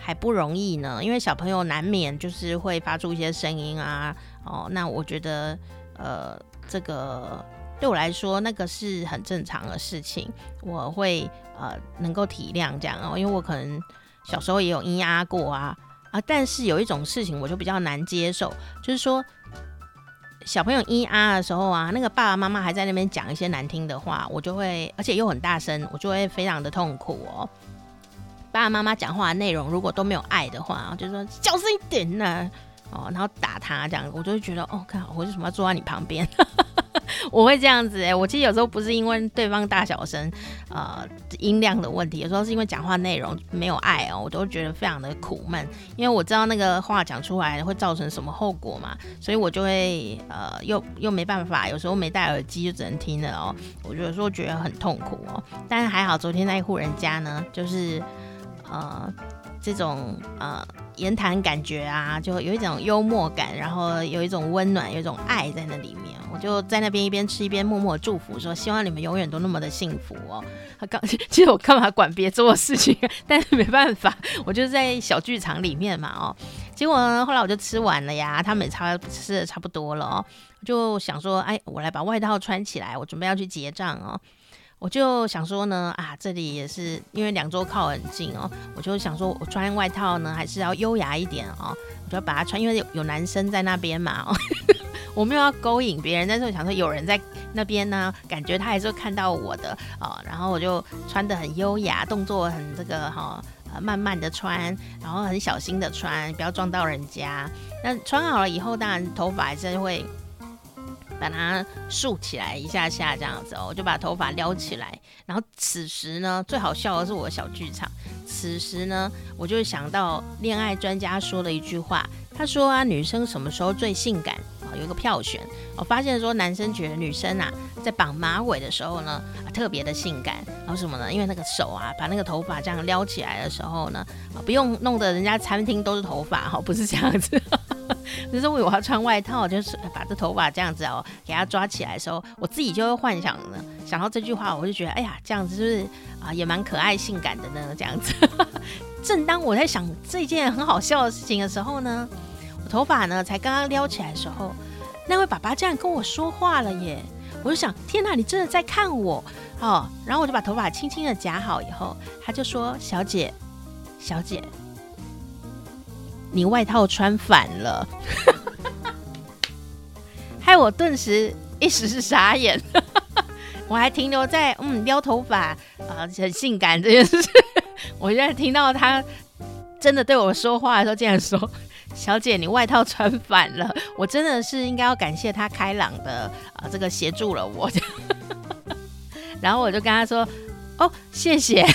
Speaker 1: 还不容易呢，因为小朋友难免就是会发出一些声音啊，哦，那我觉得，呃，这个对我来说那个是很正常的事情，我会呃能够体谅这样哦，因为我可能小时候也有咿呀过啊啊，但是有一种事情我就比较难接受，就是说小朋友咿啊的时候啊，那个爸爸妈妈还在那边讲一些难听的话，我就会而且又很大声，我就会非常的痛苦哦。爸爸妈妈讲话的内容如果都没有爱的话，就说小声一点呢、哦，然后打他这样，我就会觉得哦，看我为什么要坐在你旁边？ 我会这样子哎、我其实有时候不是因为对方大小声，呃，音量的问题，有时候是因为讲话内容没有爱哦，我都觉得非常的苦闷，因为我知道那个话讲出来会造成什么后果嘛，所以我就会呃，又又没办法，有时候没戴耳机就只能听了哦，我有时候觉得很痛苦哦，但是还好昨天那一户人家呢，就是呃这种呃言谈感觉啊，就有一种幽默感，然后有一种温暖，有一种爱在那里面。我就在那边一边吃一边默默祝福说，希望你们永远都那么的幸福哦。 啊刚其实我干嘛管别做的事情，啊 但是没办法，我就在小剧场里面嘛哦。结果呢，后来我就吃完了呀，他们也差吃的差不多了哦，我就想说，哎，我来把外套穿起来，我准备要去结账哦。我就想说呢，啊，这里也是因为两周靠很近哦，我就想说，我穿外套呢还是要优雅一点哦，我就把它穿，因为有有男生在那边嘛哦， 我没有要勾引别人，但是我想说有人在那边呢，感觉他还是会看到我的哦，然后我就穿的很优雅，动作很这个哈、呃慢慢的穿，然后很小心的穿，不要撞到人家。那穿好了以后，当然头发还是会把它竖起来一下下这样子哦，我就把头发撩起来。然后此时呢，最好笑的是我的小剧场。此时呢，我就想到恋爱专家说的一句话，他说啊，女生什么时候最性感？啊，有一个票选，我发现说男生觉得女生啊，在绑马尾的时候呢，啊特别的性感。然后什么呢？因为那个手啊，把那个头发这样撩起来的时候呢，啊不用弄得人家餐厅都是头发哈，不是这样子。 就是我要穿外套，就是把这头发这样子哦，给它抓起来的时候，我自己就会幻想呢，想到这句话，我就觉得，哎呀，这样子是不是啊，也蛮可爱、性感的呢？这样子。 正当我在想这件很好笑的事情的时候呢，我头发呢才刚刚撩起来的时候，那位爸爸竟然跟我说话了耶！我就想，天哪，你真的在看我哦！然后我就把头发轻轻的夹好以后，他就说：“小姐，小姐，你外套穿反了。” 害我顿时一时是傻眼。 我还停留在嗯撩头发啊、很性感这件事， 我现在听到他真的对我说话的时候，竟然说：“小姐，你外套穿反了。”我真的是应该要感谢他开朗的啊、这个协助了我。然后我就跟他说：“哦，谢谢。”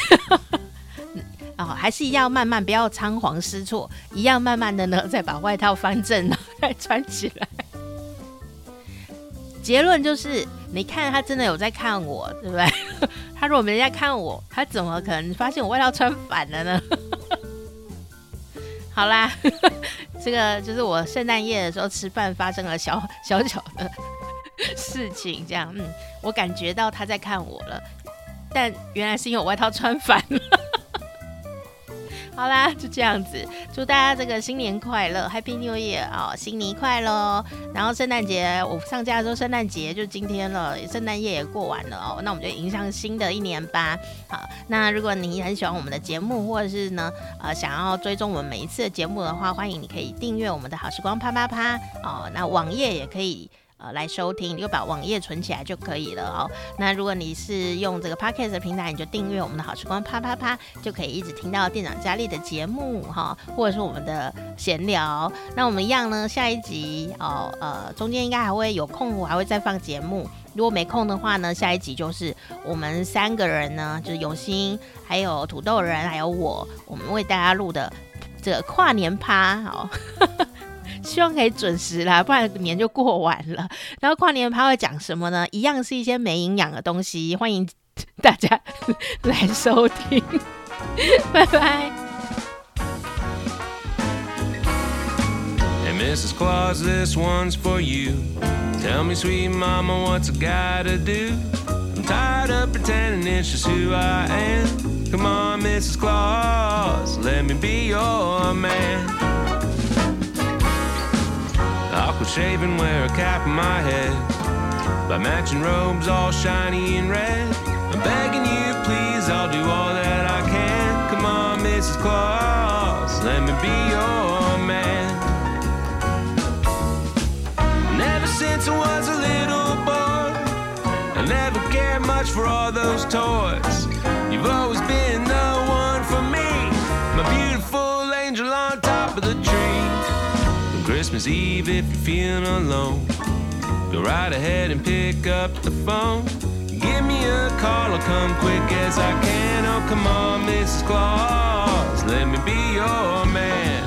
Speaker 1: 哦，还是一样慢慢，不要仓皇失措，一样慢慢的呢，再把外套翻正，然后再穿起来。 结论就是，你看他真的有在看我，对不对？ 他如果没在看我，他怎么可能发现我外套穿反了呢？ 好啦， 这个就是我圣诞夜的时候吃饭发生了小小小的事情，这样，嗯，我感觉到他在看我了，但原来是因为我外套穿反了。 好啦，就这样子，祝大家这个新年快乐，Happy New Year 哦，新年快乐哦！然后圣诞节我上架的时候，圣诞节就今天了，圣诞夜也过完了哦，那我们就迎向新的一年吧。好，那如果你很喜欢我们的节目，或者是呢呃想要追踪我们每一次的节目的话，欢迎你可以订阅我们的好时光啪啪啪哦，那网页也可以。呃，来收听，你就把网页存起来就可以了哦。那如果你是用这个 podcast 的平台，你就订阅我们的好时光啪啪啪，就可以一直听到店长佳丽的节目哈、或者是我们的闲聊。那我们一样呢，下一集哦，呃，中间应该还会有空，我还会再放节目。如果没空的话呢，下一集就是我们三个人呢，就是永兴、还有土豆人、还有我，我们为大家录的这个跨年趴哦。希望可以准时啦，不然年就过完了。 然后跨年趴会讲什么呢？一样是一些没营养的东西，欢迎大家 来收听， 拜拜。
Speaker 4: Hey, Mrs. Claus, this one's for you. Tell me, sweet mama, what's a guy to do? I'm tired of pretending it's just who I am. Come on, Mrs. Claus, let me be your man. I quit shaving, wear a cap on my head. By matching robes all shiny and red. I'm begging you, please, I'll do all that I can. Come on, Mrs. Claus, let me be your man. And ever since I was a little boy, I never cared much for all those toys. You've always been the one for me, my beautiful angel on top of the tree. On Christmas Eve, if you're feeling alone, go right ahead and pick up the phone. Give me a call, I'll come quick as I can. Oh, come on, Mrs. Claus, let me be your man.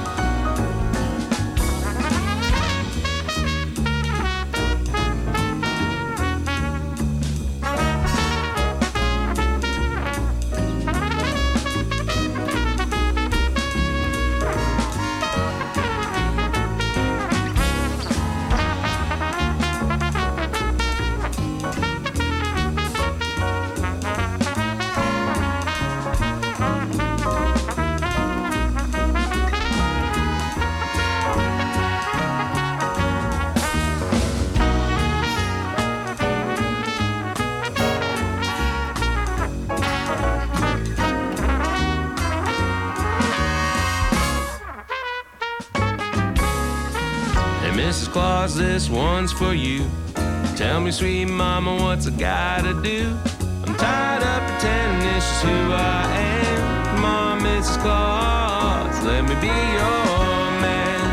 Speaker 4: Hey, Mrs. Claus, this one's for you. Tell me, sweet mama, what's a guy to do? I'm tired of pretending this is who I am. Come on, Mrs. Claus, let me be your man.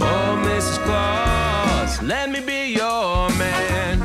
Speaker 4: Oh, Mrs. Claus, let me be your man.